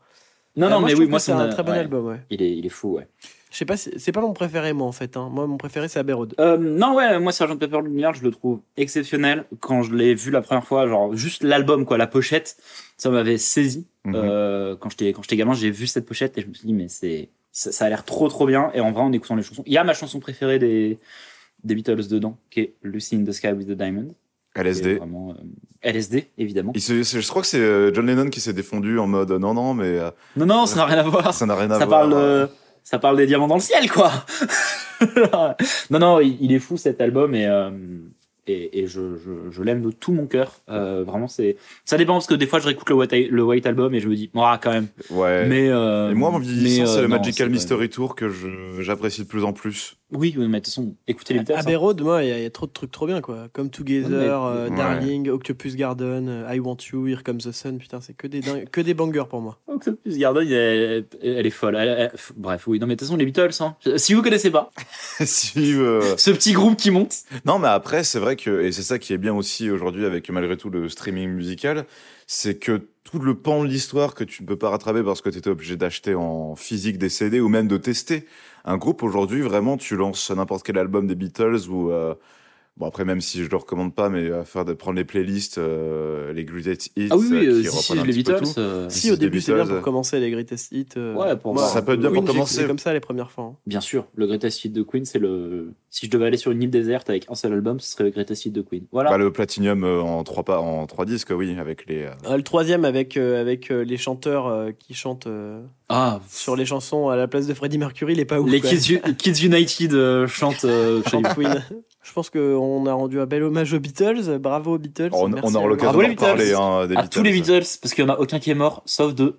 Non,
Ah,
non,
moi,
mais
je
oui,
trouve
moi,
que c'est
mon-
un très bon
ouais.
album. Ouais.
Il est, il est fou, ouais.
Je sais pas, si- c'est pas mon préféré moi en fait. hein. Moi, mon préféré c'est Abbey Road.
Euh, non, ouais, moi, Sergeant Pepper Lumière, je le trouve exceptionnel. Quand je l'ai vu la première fois, genre, juste l'album, quoi, la pochette, ça m'avait saisi.
mhm.
Euh, quand j'étais, quand j'étais gamin, j'ai vu cette pochette et je me suis dit, mais c'est, ça, ça a l'air trop, trop bien. Et en vrai, en écoutant les chansons, il y a ma chanson préférée des, des Beatles dedans, qui est Lucy in the Sky with the Diamond.
LSD.
Vraiment, euh, LSD, évidemment.
Il se- c'est- je crois que c'est euh, John Lennon qui s'est défendu en mode non, non, mais euh,
Non, non, ça n'a rien à voir.
ça n'a rien à
Ah, ça
voir.
parle euh, ça parle des diamants dans le ciel quoi (laughs) non non il, il est fou cet album et euh, et, et je, je, je l'aime de tout mon cœur Euh, vraiment c'est ça dépend parce que des fois je réécoute le white, le White album et je me dis ah quand même
Ouais.
mais euh,
Et moi, mon
mais,
vieillissant, c'est
euh,
le
non,
Magical
c'est-
Mystery Tour que je- j'apprécie de plus en plus. (laughs)
oui oui, mais de toute façon écoutez les Beatles,
À
hein.
Béro, demain, il y, a- il y a trop de trucs trop bien, quoi. Comme Together,
Ouais, mais-
euh,
Ouais.
Darling, Octopus Garden, euh, I Want You, Here Comes the Sun. Putain, c'est que des, dingues- que des bangers pour moi.
Oh, Octopus Garden elle, elle est folle Elle- elle- f- bref oui non mais de toute façon les Beatles hein. si vous connaissez pas
si, euh,
ce petit groupe qui monte
Non, mais après, c'est vrai que, et c'est ça qui est bien aussi aujourd'hui avec malgré tout le streaming musical, c'est que tout le pan de l'histoire que tu ne peux pas rattraper parce que tu étais obligé d'acheter en physique des CD ou même de tester un groupe, aujourd'hui, vraiment, tu lances n'importe quel album des Beatles ou. euh, Bon après même si je le recommande pas mais à faire de prendre les playlists euh, les greatest hits
ah oui oui
euh,
euh,
qui
si, si
reprennent un
les
petit peu
Beatles
tout.
euh,
Si, au
des
début, c'est bien
Beatles.
pour commencer les greatest hits. euh,
Ouais, pour
moi,
voir.
ça peut être bien
Queen,
pour
j'ai écouté
commencer
comme ça les premières fois. hein.
Bien sûr, le Greatest Hit de Queen, c'est le. Si je devais aller sur une île déserte avec un seul album, ce serait le Greatest Hit de Queen. Voilà.
Bah, le platinium euh, en trois pas en trois disques oui avec les euh,
Euh, le troisième avec, euh, avec euh, les chanteurs euh, qui chantent euh,
ah,
sur les chansons à la place de Freddie Mercury, il est pas ouf.
les
quoi.
Kids, U- Kids United euh, chantent. euh,
Chante Queen. Je pense qu'on a rendu un bel hommage aux Beatles. Bravo aux Beatles.
on,
Merci
on
à
aura
eux.
l'occasion
Bravo Ah, les
d'en parler
Beatles.
hein, des
à tous les Beatles, Ah, parce qu'il n'y en a aucun qui est mort, sauf deux.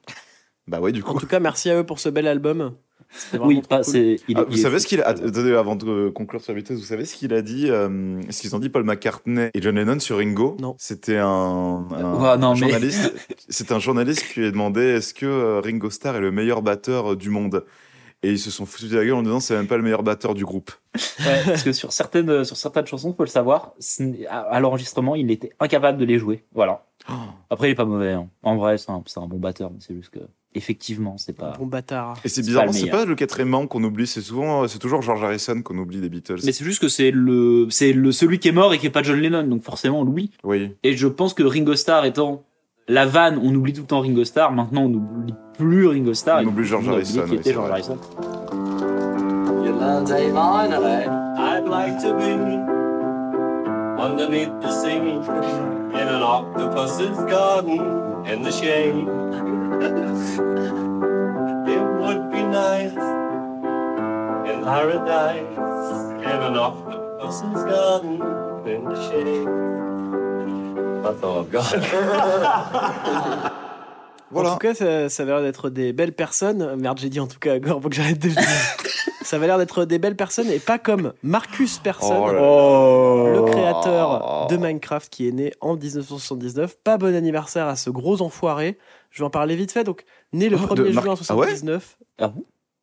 bah ouais du
En
coup
tout cas, merci à eux pour ce bel album. C'était vraiment
Oui,
trop
pas.
cool.
c'est- il est-
Ah, vous
il est-
savez ce qu'il a attendez, avant de conclure sur Beatles, vous savez ce qu'il a dit euh, ce qu'ils ont dit Paul McCartney et John Lennon sur Ringo
Non.
C'était un, un-
Ouais, non,
un
mais-
journaliste c'est un journaliste qui lui a demandé est-ce que euh, Ringo Starr est le meilleur batteur euh, du monde et ils se sont foutus de la gueule en disant c'est même pas le meilleur batteur du groupe.
Ouais, parce que sur certaines, euh, sur certaines chansons, faut le savoir, ce n'est- à, à l'enregistrement, il était incapable de les jouer. Voilà.
Oh.
Après, il est pas mauvais. hein. En vrai, c'est un, c'est un bon batteur, mais c'est juste que. Effectivement, c'est pas.
Bon bâtard.
Et c'est
C'est
bizarre,
pas le
c'est
meilleur.
pas le quatrième membre qu'on oublie, c'est souvent euh, c'est toujours George Harrison qu'on oublie des Beatles.
Mais c'est juste que c'est le, c'est le celui qui est mort et qui est pas John Lennon, donc forcément on l'oublie.
Oui.
Et je pense que Ringo Starr étant la vanne, on oublie tout le temps Ringo Starr. Maintenant, on n'oublie plus Ringo Starr.
On
et
oublie George
a oublié
Harrison,
Qui
oui, c'est
était George
vrai.
Harrison.
You learn to mine eh? I'd like to be underneath the sea in an octopus's garden in the (laughs) shade. it would be nice in paradise in an octopus's garden in the shade. That's all I've got.
En
Voilà.
tout cas, ça, ça avait l'air d'être des belles personnes. Merde, j'ai dit en tout cas, Gore, faut que j'arrête de le dire. ça avait l'air d'être des belles personnes et pas comme Marcus Persson,
Oh là là.
le créateur de Minecraft qui est né en 1979. Pas bon anniversaire à ce gros enfoiré. Je vais en parler vite fait. Donc, né le
Oh,
1er
de
juin
Mar- Ah ouais
1979.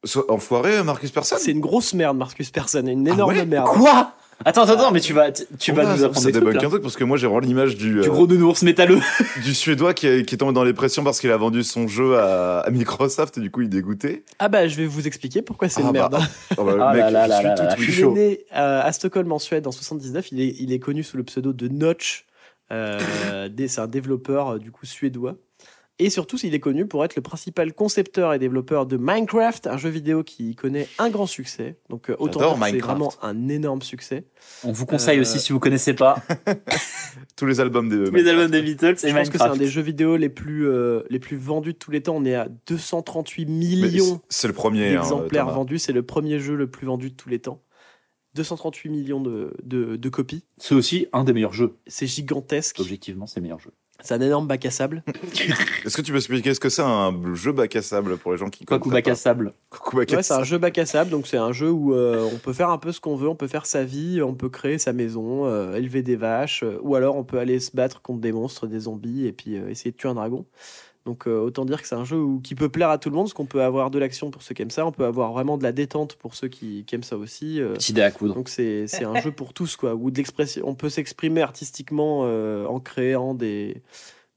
So- enfoiré euh, Marcus Persson.
C'est une grosse merde, Marcus Persson. Une énorme
Ah ouais
merde.
Quoi Attends, attends, attends, mais tu vas, tu tu
Oh
vas
là,
nous
ça-
apprendre
ça
des trucs,
débunk
là.
un truc parce que moi j'ai vraiment l'image du,
Du
euh,
gros nounours métalleux.
(laughs) du suédois qui est, qui est tombé dans les pressions parce qu'il a vendu son jeu à, à Microsoft et du coup il est dégoûté.
Ah bah, je vais vous expliquer pourquoi c'est
Ah
une
bah, (laughs)
merde. hein.
Oh
(laughs)
bah, le
Ah
mec,
là là là là là.
je suis tout
Il est
oui chaud.
né euh, à Stockholm en Suède en 79. Il est, il est connu sous le pseudo de Notch.
(laughs)
Euh, des- c'est un développeur euh, du coup suédois. Et surtout, il est connu pour être le principal concepteur et développeur de Minecraft, un jeu vidéo qui connaît un grand succès. Donc euh, autant
J'adore
dire que c'est
Minecraft.
vraiment un énorme succès.
On vous conseille
Euh,
aussi si vous connaissez pas
(laughs) Tous les albums de.
tous les albums des Beatles et
Je pense que c'est un
Minecraft.
des jeux vidéo les plus, euh, les plus vendus de tous les temps. On est à 238
Mais
millions
c'est- C'est le premier. hein,
d'exemplaires
Thomas.
vendus. C'est le premier jeu le plus vendu de tous les temps. 238 millions de, de- de copies.
C'est aussi un des meilleurs jeux.
C'est gigantesque.
Objectivement, c'est le meilleur jeu.
C'est un énorme bac à sable.
Est-ce que tu peux expliquer ce que c'est un jeu bac à sable pour les gens qui
Quoi
connaissent
bac à
pas
sable.
Coucou bac à
Ouais, c'est un
sable.
jeu bac à sable, donc c'est un jeu où euh, on peut faire un peu ce qu'on veut, on peut faire sa vie, on peut créer sa maison, euh, élever des vaches, euh, ou alors on peut aller se battre contre des monstres, des zombies, et puis euh, essayer de tuer un dragon. Donc euh, autant dire que c'est un jeu où- qui peut plaire à tout le monde, parce qu'on peut avoir de l'action pour ceux qui aiment ça, on peut avoir vraiment de la détente pour ceux qui, qui aiment ça aussi. euh,
Petite idée à coudre.
donc c'est c'est un jeu pour tous, quoi, où de l'expression- on peut s'exprimer artistiquement euh, en créant des,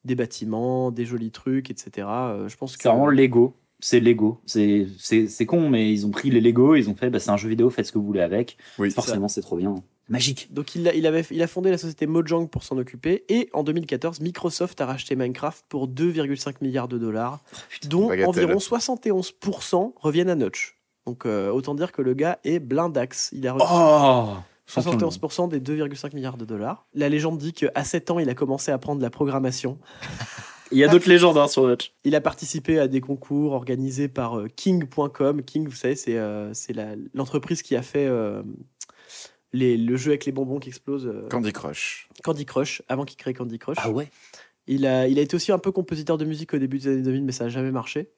des bâtiments, des jolis trucs, etc. Euh, je pense que...
C'est vraiment Lego. C'est Lego. C'est- C'est c'est con, mais ils ont pris les Lego, ils ont fait, bah, c'est un jeu vidéo, faites ce que vous voulez avec.
Oui.
Forcément, c'est trop bien. Magique.
Donc il a, il avait, il a fondé la société Mojang pour s'en occuper et en 2014, Microsoft a racheté Minecraft pour 2,5 milliards de dollars, dont
bagatelle.
environ 71% reviennent à Notch. Donc euh, autant dire que le gars est blindax. Il a reçu
Oh
71% des 2,5 milliards de dollars. La légende dit qu'à 7 ans, il a commencé à apprendre la programmation.
Il y
Ah.
a d'autres légendes hein, sur Dutch.
Il a participé à des concours organisés par euh, King.com. King, vous savez, c'est euh, c'est la- l'entreprise qui a fait euh, les- le jeu avec les bonbons qui explosent, euh,
Candy Crush.
Candy Crush, avant qu'il crée Candy Crush.
Ah
ouais
Il a, il a été aussi un peu compositeur de musique au début des années 2000, mais ça n'a jamais marché.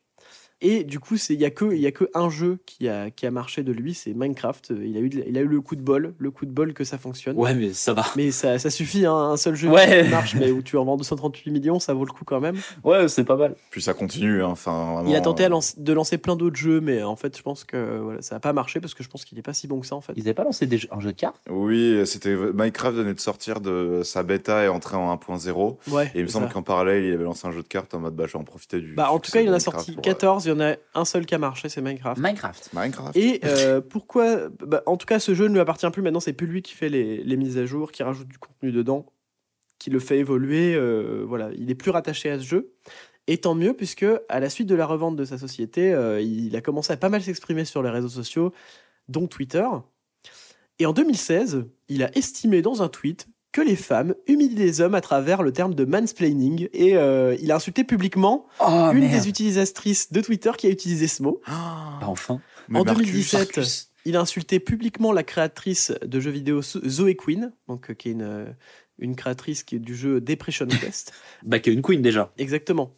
Et du coup, c'est- il n'y a, que- il y a que un jeu qui a, qui a marché de lui, c'est Minecraft. Il a, eu, de- il a eu le coup de bol, le coup de bol que ça fonctionne.
Ouais, mais ça va.
Mais ça, ça suffit, hein, un seul jeu
Ouais.
qui marche, mais où tu en vends 238 millions, ça vaut le coup quand même.
Ouais, c'est pas mal.
Puis ça continue. hein, Enfin, vraiment,
Il a tenté à
euh,
lancer- de lancer plein d'autres jeux, mais en fait, je pense que voilà, ça n'a pas marché parce que je pense qu'il n'est pas si bon que ça en fait.
Ils avaient pas lancé des jeux- un jeu de cartes
hein. Oui, c'était Minecraft venait de sortir de sa bêta et entrer en 1.0.
Ouais,
Et il me
c'est
semble
ça.
qu'en parallèle, il avait lancé un jeu de cartes en mode bah, je vais en profiter du.
Bah, en tout
succès
cas, il en
de
a
Minecraft
sorti
pour, euh,
14, il y en a un seul qui a marché, c'est Minecraft.
Minecraft.
Minecraft.
Et euh, pourquoi bah, En tout cas, ce jeu ne lui appartient plus. Maintenant, c'est plus lui qui fait les, les mises à jour, qui rajoute du contenu dedans, qui le fait évoluer. euh, voilà, il est plus rattaché à ce jeu. Et tant mieux, puisque à la suite de la revente de sa société, euh, il a commencé à pas mal s'exprimer sur les réseaux sociaux, dont Twitter. Et en 2016, il a estimé dans un tweet que les femmes humilient les hommes à travers le terme de mansplaining. Et euh, il a insulté publiquement
Oh,
une des utilisatrices de Twitter qui a utilisé ce mot.
Ah,
Bah, enfin.
mais
en
Marcus,
2017, il a insulté publiquement la créatrice de jeux vidéo So- Zoe Quinn, donc, euh, qui est une, euh, une créatrice qui est du jeu Depression Quest.
Bah, qu'il y a une queen déjà.
Exactement.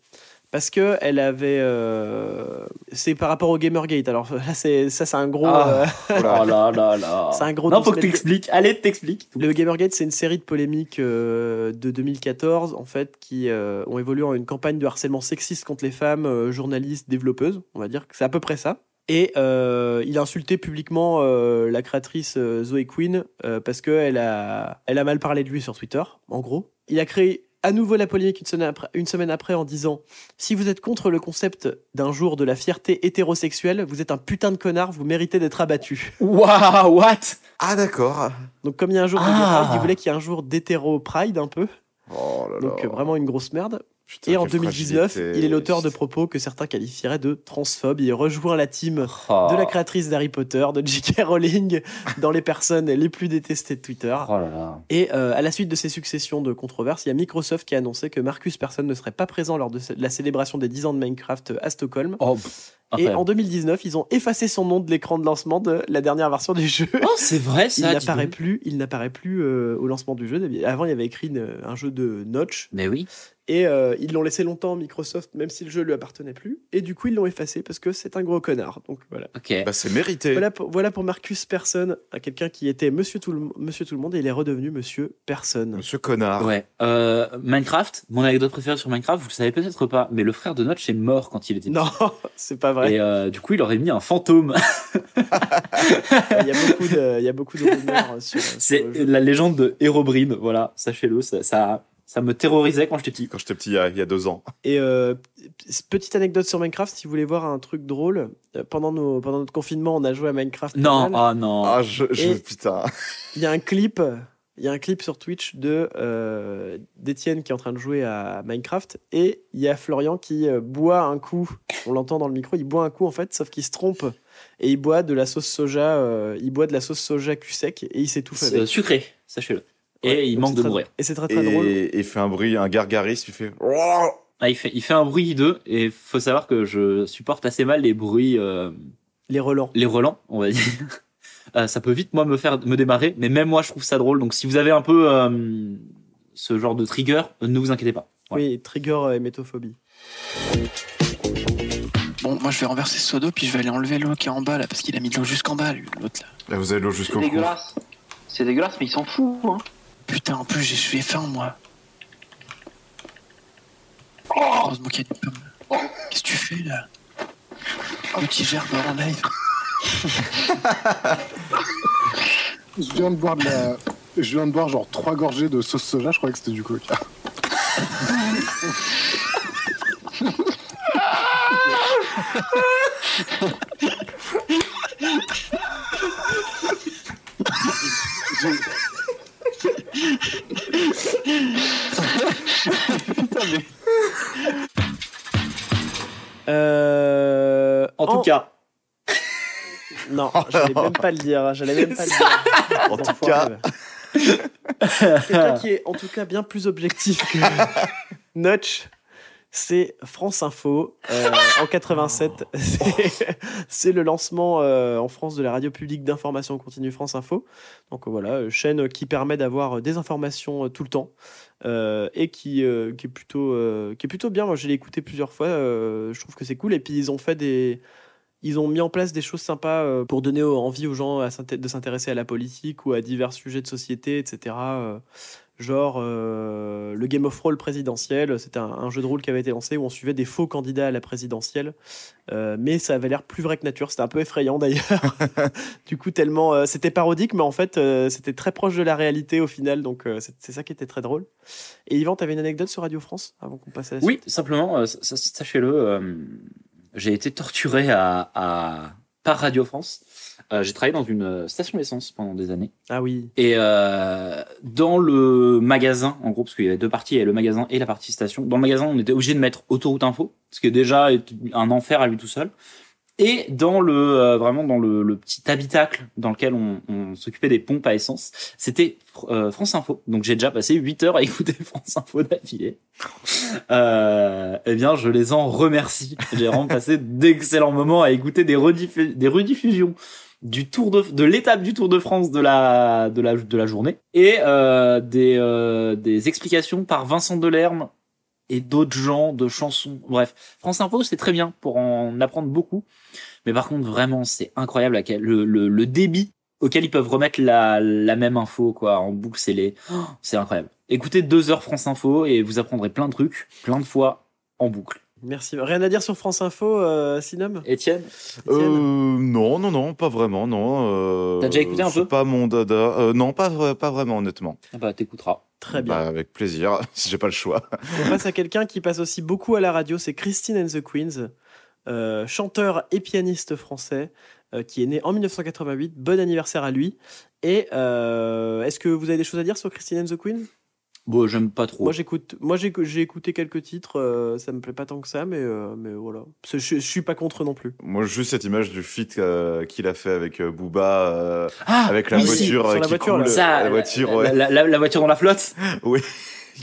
Parce que elle avait, euh, c'est par rapport au Gamergate. Alors (laughs) là, c'est ça, c'est un gros.
Ah.
euh,
Oh
là.
là là là.
(laughs) C'est un gros
Non, faut que
dossier.
t'expliques. Allez, t'expliques.
le Gamergate, c'est une série de polémiques euh, de 2014 en fait qui euh, ont évolué en une campagne de harcèlement sexiste contre les femmes, euh, journalistes, développeuses. On va dire que c'est à peu près ça. Et euh, il a insulté publiquement euh, la créatrice euh, Zoe Quinn euh, parce qu'elle a, elle a mal parlé de lui sur Twitter, en gros. Il a créé à nouveau la polémique une semaine après, une semaine après en disant Si vous êtes contre le concept d'un jour de la fierté hétérosexuelle, vous êtes un putain de connard, vous méritez d'être abattu.
Waouh, what
Ah, d'accord.
Donc, comme il y a un jour de
Ah.
Pride, il voulait qu'il y ait un jour d'hétéro-pride un peu,
Oh là là.
donc euh, vraiment une grosse merde.
Putain,
Et en
quelle
2019,
fragilité.
il est l'auteur de propos que certains qualifieraient de transphobes. Il rejoint la team de
Ah. Oh.
la créatrice d'Harry Potter, de J.K. Rowling, (laughs) dans les personnes les plus détestées de Twitter.
Oh là là.
Et euh, à la suite de ces successions de controverses, il y a Microsoft qui a annoncé que Marcus Persson ne serait pas présent lors de ce- la célébration des 10 ans de Minecraft à Stockholm.
Oh, pff,
Et
incroyable.
en 2019, ils ont effacé son nom de l'écran de lancement de la dernière version du jeu.
Oh, c'est vrai
Il
ça. dis
n'apparaît
donc.
plus, il n'apparaît plus euh, au lancement du jeu. Avant, il y avait écrit une- un jeu de Notch,
Mais oui.
et euh, ils l'ont laissé longtemps Microsoft, même si le jeu lui appartenait plus. Et du coup, ils l'ont effacé parce que c'est un gros connard. Donc voilà.
Ok.
Bah, c'est mérité.
Voilà pour, voilà pour Marcus Persson, à quelqu'un qui était Monsieur tout, le, Monsieur tout le Monde et il est redevenu Monsieur Personne.
Monsieur Connard.
Ouais. Euh, Minecraft, mon anecdote préférée sur Minecraft, vous le savez peut-être pas, mais le frère de Notch est mort quand il était
Non, (laughs) c'est pas vrai.
Et euh, du coup, il aurait mis un fantôme.
Il y a beaucoup de, il y a beaucoup de rumeurs euh, sur. sur
(laughs) C'est
le jeu.
la légende de Herobrine. Voilà, sachez-le, ça, ça, ça me terrorisait quand j'étais petit.
Quand j'étais petit, il y a, il y a deux ans.
Et euh, petite anecdote sur Minecraft, si vous voulez voir un truc drôle, euh, pendant, nos, pendant notre confinement, on a joué à Minecraft. pas
Non,
mal.
ah non.
Ah, je, je-
Et-
putain.
Il y a un clip, il y a un clip sur Twitch de euh, d'Étienne qui est en train de jouer à Minecraft et il y a Florian qui euh, boit un coup. On l'entend dans le micro, il boit un coup en fait, sauf qu'il se trompe et il boit de la sauce soja, euh, il boit de la sauce soja cul sec et il s'étouffe
C'est
avec.
sucré, sachez-le. Et
Ouais,
il
donc
manque
c'est
de
très-
mourir.
Et c'est très
Et
très drôle.
il fait un bruit, un gargarisme, il fait. oh,
Ah, il, fait, il fait un bruit hideux, et faut savoir que je supporte assez mal les bruits, euh,
Les relents.
les relents, on va dire. (laughs) Euh, ça peut vite, moi, me faire me démarrer, mais même moi, je trouve ça drôle. Donc, si vous avez un peu euh, ce genre de trigger, ne vous inquiétez pas. Ouais.
Oui, trigger euh, hémétophobie.
Bon, moi je vais renverser ce seau d'eau, puis je vais aller enlever l'eau qui est en bas là, parce qu'il a mis de l'eau jusqu'en bas, lui, l'autre là.
Là, vous avez l'eau jusqu'au cou.
C'est dégueulasse, mais il s'en fout. Hein.
Putain, en plus j'ai je suis faim moi. Oh, se moquer de pomme. Qu'est-ce que tu fais là Le petit gerbe en live.
Je viens de boire de la... Je viens de boire genre trois gorgées de sauce soja, je croyais que c'était du coca.
Euh, Euh, Oh.
En tout cas,
Non, j'allais même pas le dire. J'allais même pas le dire.
En tout
Enfoiré,
cas,
ouais. Quelqu'un qui est en tout cas bien plus objectif que
(laughs)
Notch, c'est France Info euh, en 87.
Oh.
(laughs) C'est- C'est le lancement euh, en France de la radio publique d'information continue France Info. Donc euh, voilà, euh, chaîne qui permet d'avoir euh, des informations euh, tout le temps. euh, et qui, euh, qui, est plutôt, euh, qui est plutôt bien. Moi, je l'ai écouté plusieurs fois. euh, je trouve que c'est cool. Et puis, ils ont fait des, ils ont mis en place des choses sympas euh, pour donner au- envie aux gens à s'inté- de s'intéresser à la politique ou à divers sujets de société, etc. Euh, Genre euh, le Game of Roll présidentiel, c'était un, un jeu de rôle qui avait été lancé où on suivait des faux candidats à la présidentielle, Euh, mais ça avait l'air plus vrai que nature. C'était un peu effrayant d'ailleurs. du coup, tellement euh, c'était parodique, mais en fait euh, c'était très proche de la réalité au final, donc euh, c'est c'est ça qui était très drôle. Et Yvan, t'avais une anecdote sur Radio France avant qu'on passe à la
Oui, simplement, euh, sa- sa- sachez-le, euh, j'ai été torturé à, à- par Radio France. Euh, j'ai travaillé dans une euh, station d'essence pendant des années.
suite Ah oui,
Et euh, dans le magasin, en gros, parce qu'il y avait deux parties, il y avait le magasin et la partie station. Dans le magasin, on était obligé de mettre autoroute info, ce qui est déjà un enfer à lui tout seul. Et dans le euh, vraiment dans le, le petit habitacle dans lequel on, on s'occupait des pompes à essence, c'était Fr- euh, France Info. Donc j'ai déjà passé 8 heures à (laughs) écouter France Info d'affilée. Euh, eh bien, je les en remercie. J'ai vraiment passé d'excellents moments à écouter des, rediffu- des rediffusions du tour de, de l'étape du Tour de France de la, de la, de la journée et euh, des, euh, des explications par Vincent Delerme et d'autres gens de chansons. Bref, France Info, c'est très bien pour en apprendre beaucoup. Mais par contre, vraiment, c'est incroyable à quel, le, le, le débit auquel ils peuvent remettre la, la même info quoi en boucle scellée. Oh, c'est incroyable. Écoutez deux heures France Info et vous apprendrez plein de trucs, plein de fois en boucle.
merci. Rien à dire sur France Info, euh, Sinom
Étienne
Euh,
Étienne
non, non, non, pas vraiment, non. euh,
T'as déjà écouté un
c'est
peu
Pas mon dada. Euh, non, pas, vra- pas vraiment, honnêtement.
Ah Bah t'écouteras.
Très bien.
Bah, avec plaisir, (laughs) si j'ai pas le choix.
On passe à quelqu'un qui passe aussi beaucoup à la radio, c'est Christine and the Queens, euh, chanteur et pianiste français, euh, qui est né en 1988. Bon anniversaire à lui. Et euh, est-ce que vous avez des choses à dire sur Christine and the Queens
Bon, j'aime pas trop.
Moi j'écoute, moi j'ai j'ai écouté quelques titres, euh, ça me plaît pas tant que ça, mais euh, mais voilà, Parce que je, je suis pas contre non plus.
Moi, juste cette image du feat euh, qu'il a fait avec euh, Booba, euh,
ah,
avec la
oui, si.
voiture
sur
euh,
la
qui
voiture,
coule,
là.
Ça,
la voiture,
La,
ouais,
la- la- la voiture dans la flotte,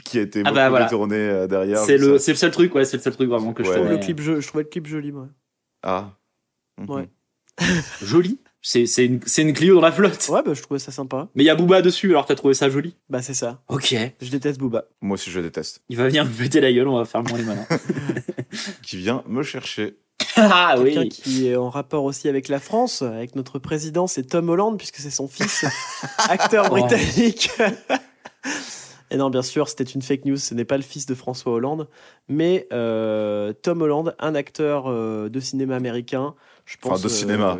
qui a été
Ah
beaucoup
bah voilà.
détournée euh, derrière.
c'est
je
le,
sais.
c'est le seul truc, ouais, c'est le seul truc vraiment que
Ouais.
je
Je
trouve
trouve le clip, je, je trouvais le clip joli. moi.
Ah. Mhm.
Ouais.
joli. C'est c'est une, c'est une Clio dans la flotte.
Ouais, bah, je trouvais ça sympa.
Mais il y a Booba dessus, alors t'as trouvé ça joli
Bah c'est ça.
Ok.
Je déteste Booba.
Moi aussi, je déteste.
Il va venir me péter la gueule, on va faire moins les malins.
Qui vient me chercher.
(laughs) ah
Quelqu'un
oui.
qui est en rapport aussi avec la France, avec notre président, c'est Tom Holland, puisque c'est
(laughs)
son fils,
Oh.
acteur britannique. (laughs) Et non, bien sûr, c'était une fake news, ce n'est pas le fils de François Hollande, mais euh, Tom Holland, un acteur euh, de cinéma américain, je pense. euh,
Enfin, de cinéma.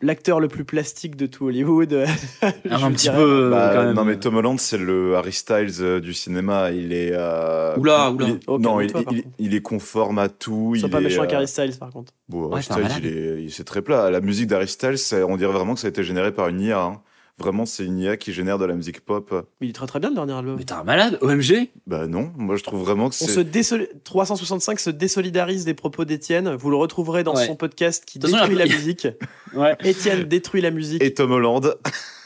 L'acteur le plus plastique de tout Hollywood. (laughs) je
Ah, un petit
dirais.
peu euh,
Bah,
quand même.
Non, mais Tom Holland, c'est le Harry Styles euh, du cinéma. Il est. euh,
Oula, oula.
il est-
Oh,
non, il,
calme-toi, par
il-
contre.
il est conforme à tout.
Sois
il
pas
est,
méchant avec
euh,
Harry Styles, par contre.
Bon,
Ouais,
Harry
c'est un
Styles,
malade.
il est, il- c'est très plat. La musique d'Harry Styles, ça- on dirait vraiment que ça a été généré par une IA. hein. Vraiment, c'est une IA qui génère de la musique pop.
Mais il est très très bien le dernier album.
Mais t'es un malade, OMG
Bah non, moi je trouve vraiment que
On
c'est.
se désol- 365 se désolidarise des propos d'Étienne. Vous le retrouverez dans
Ouais.
son podcast qui
De toute façon,
détruit
il y a- (laughs)
la musique.
Ouais.
Étienne détruit la musique
Et Tom Holland.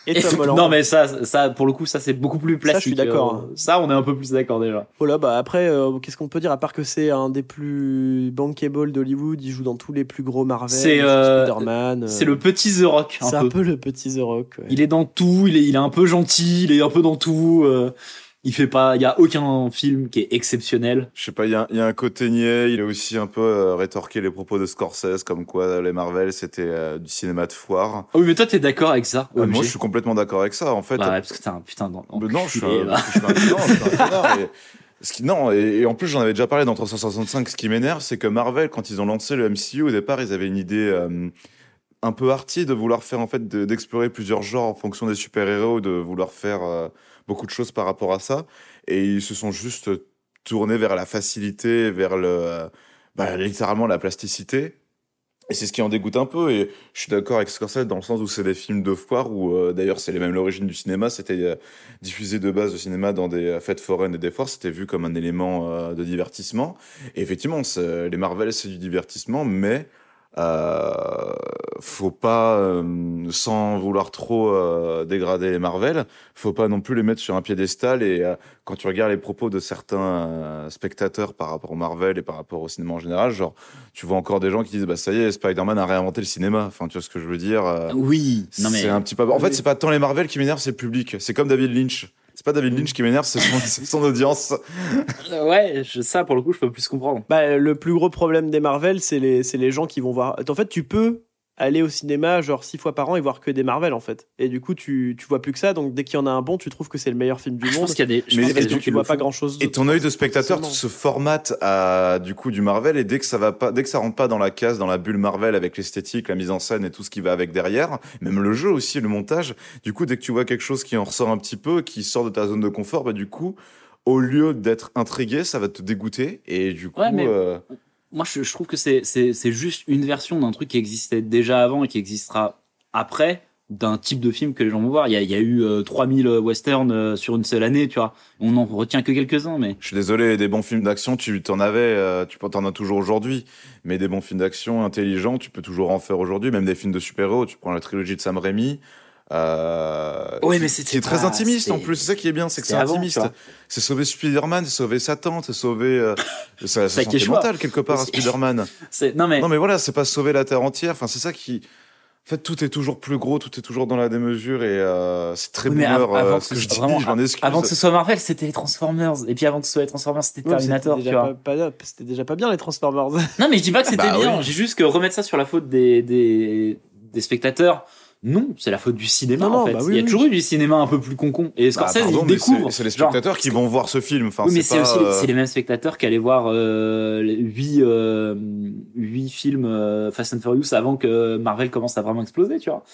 et Tom Holland.
non mais ça, ça pour le coup, ça c'est beaucoup plus
Ça, je
plastique.
suis d'accord,
hein.
euh, Ça, on est un peu plus d'accord déjà.
Voilà, bah après, euh, qu'est-ce qu'on peut dire à part que c'est un des plus bankable d'Hollywood Il joue dans tous les plus gros Marvel,
C'est, euh,
Spider-Man. euh,
C'est le petit The Rock un
c'est un
peu.
peu le petit The Rock. ouais.
Il est dans tout, il est, il est un peu gentil, il est un peu dans tout. euh, il fait pas, il y a aucun film qui est exceptionnel.
Je sais pas, il y, a un- il y a un côté niais. Il a aussi un peu euh, rétorqué les propos de Scorsese, comme quoi euh, les Marvel c'était euh, du cinéma de foire.
Ah oui, mais toi t'es d'accord avec ça
Euh,
OMG.
moi je suis complètement d'accord avec ça. En fait,
Bah ouais, parce que t'es un putain d'en-
Mais non, je suis
enculé,
un, (laughs)
va.
je suis un- non, je suis un connard, et- ce qui- non, et, et en plus, j'en avais déjà parlé dans 365. Ce qui m'énerve, c'est que Marvel, quand ils ont lancé le MCU, au départ, ils avaient une idée euh, un peu arty de vouloir faire, en fait, de- d'explorer plusieurs genres en fonction des super-héros, de vouloir faire euh, beaucoup de choses par rapport à ça. Et ils se sont juste tournés vers la facilité, vers le, euh, bah, littéralement la plasticité. Et c'est ce qui en dégoûte un peu. Et je suis d'accord avec Scorsese dans le sens où c'est des films de foire, où euh, d'ailleurs, c'est les mêmes l'origine du cinéma. C'était. euh, diffusé de base de cinéma dans des euh, fêtes foraines et des foires, c'était vu comme un élément euh, de divertissement. Et effectivement, c'est- les Marvel, c'est du divertissement, mais euh, faut pas, euh, sans vouloir trop euh, dégrader les Marvel, faut pas non plus les mettre sur un piédestal. Et euh, quand tu regardes les propos de certains euh, spectateurs par rapport au Marvel et par rapport au cinéma en général, genre, tu vois encore des gens qui disent, bah ça y est, Spider-Man a réinventé le cinéma. Enfin, tu vois ce que je veux dire euh,
Oui, non mais
C'est un petit pas. En fait,
Oui.
c'est pas tant les Marvel qui m'énervent, c'est le public. C'est comme David Lynch. C'est pas David Lynch qui m'énerve, c'est son, c'est son audience.
euh, ouais, je- ça pour le coup, je peux plus comprendre.
Bah, le plus gros problème des Marvel, c'est les, c'est les gens qui vont voir. En fait, tu peux aller au cinéma genre six fois par an et voir que des Marvel en fait. Et du coup, tu, tu vois plus que ça. Donc dès qu'il y en a un bon, tu trouves que c'est le meilleur film du
Je
monde.
pense qu'il y a des, je
Mais
pense qu'il y a
parce
des
que
gens
tu
qui
vois
le
pas
font.
grand chose.
Et ton œil de spectateur
Forcément.
se formate à du coup du Marvel et dès que ça va pas, dès que ça rentre pas dans la case, dans la bulle Marvel avec l'esthétique, la mise en scène et tout ce qui va avec derrière, même le jeu aussi, le montage. Du coup, dès que tu vois quelque chose qui en ressort un petit peu, qui sort de ta zone de confort, bah du coup, au lieu d'être intrigué, ça va te dégoûter et du coup,
Ouais, mais-
euh,
Moi, je, je trouve que c'est- c'est c'est juste une version d'un truc qui existait déjà avant et qui existera après d'un type de film que les gens vont voir. Il y a, il y a eu euh, 3000 westerns euh, sur une seule année, tu vois. On en retient que quelques-uns, mais
je suis désolé, des bons films d'action, tu t'en avais, euh, tu peux- t'en as toujours aujourd'hui, mais des bons films d'action intelligents, tu peux toujours en faire aujourd'hui, même des films de super-héros. Tu prends la trilogie de Sam Raimi. Euh,
Ouais, mais
qui
c'était
est très
pas-
intimiste en
c'était-
plus. C'est ça qui est bien, c'est que c'est
c'était avant,
intimiste.
tu vois.
C'est sauver Spider-Man, c'est sauver sa tante, c'est
(laughs)
sauver euh, sa, sa
Ça qui est
santé
choix.
mentale quelque part à
(laughs)
Spider-Man.
c'est- non mais
non mais voilà, c'est pas sauver la terre entière. Enfin, c'est ça qui. En fait, tout est toujours plus gros, tout est toujours dans la démesure et euh, c'est très
Oui, mais
boomer
av- avant
euh,
que
ce que
ce
je
soit
dis.
vraiment-
Je m'en excuse.
avant que ce soit Marvel, c'était les Transformers et puis avant que ce soit les Transformers, c'était
Ouais, mais c'était
Terminator, tu
déjà
vois.
pas- pas- C'était déjà pas bien les Transformers.
Non, mais je dis pas que c'était
Bah
bien.
oui.
J'ai juste que remettre ça sur la faute des, des, des spectateurs. Non, c'est la faute du cinéma
Non,
en
non,
fait.
bah oui,
Il y a
oui.
toujours eu du cinéma un peu plus concon. Et
Bah,
Scorsese,
pardon,
il
mais
découvre.
c'est- C'est les
Genre,
spectateurs qui vont voir ce film. Enfin,
oui, mais c'est
pas,
aussi
euh,
c'est les mêmes spectateurs qui allaient voir euh, les huit euh, huit films euh, Fast and Furious avant que Marvel commence à vraiment exploser, tu vois.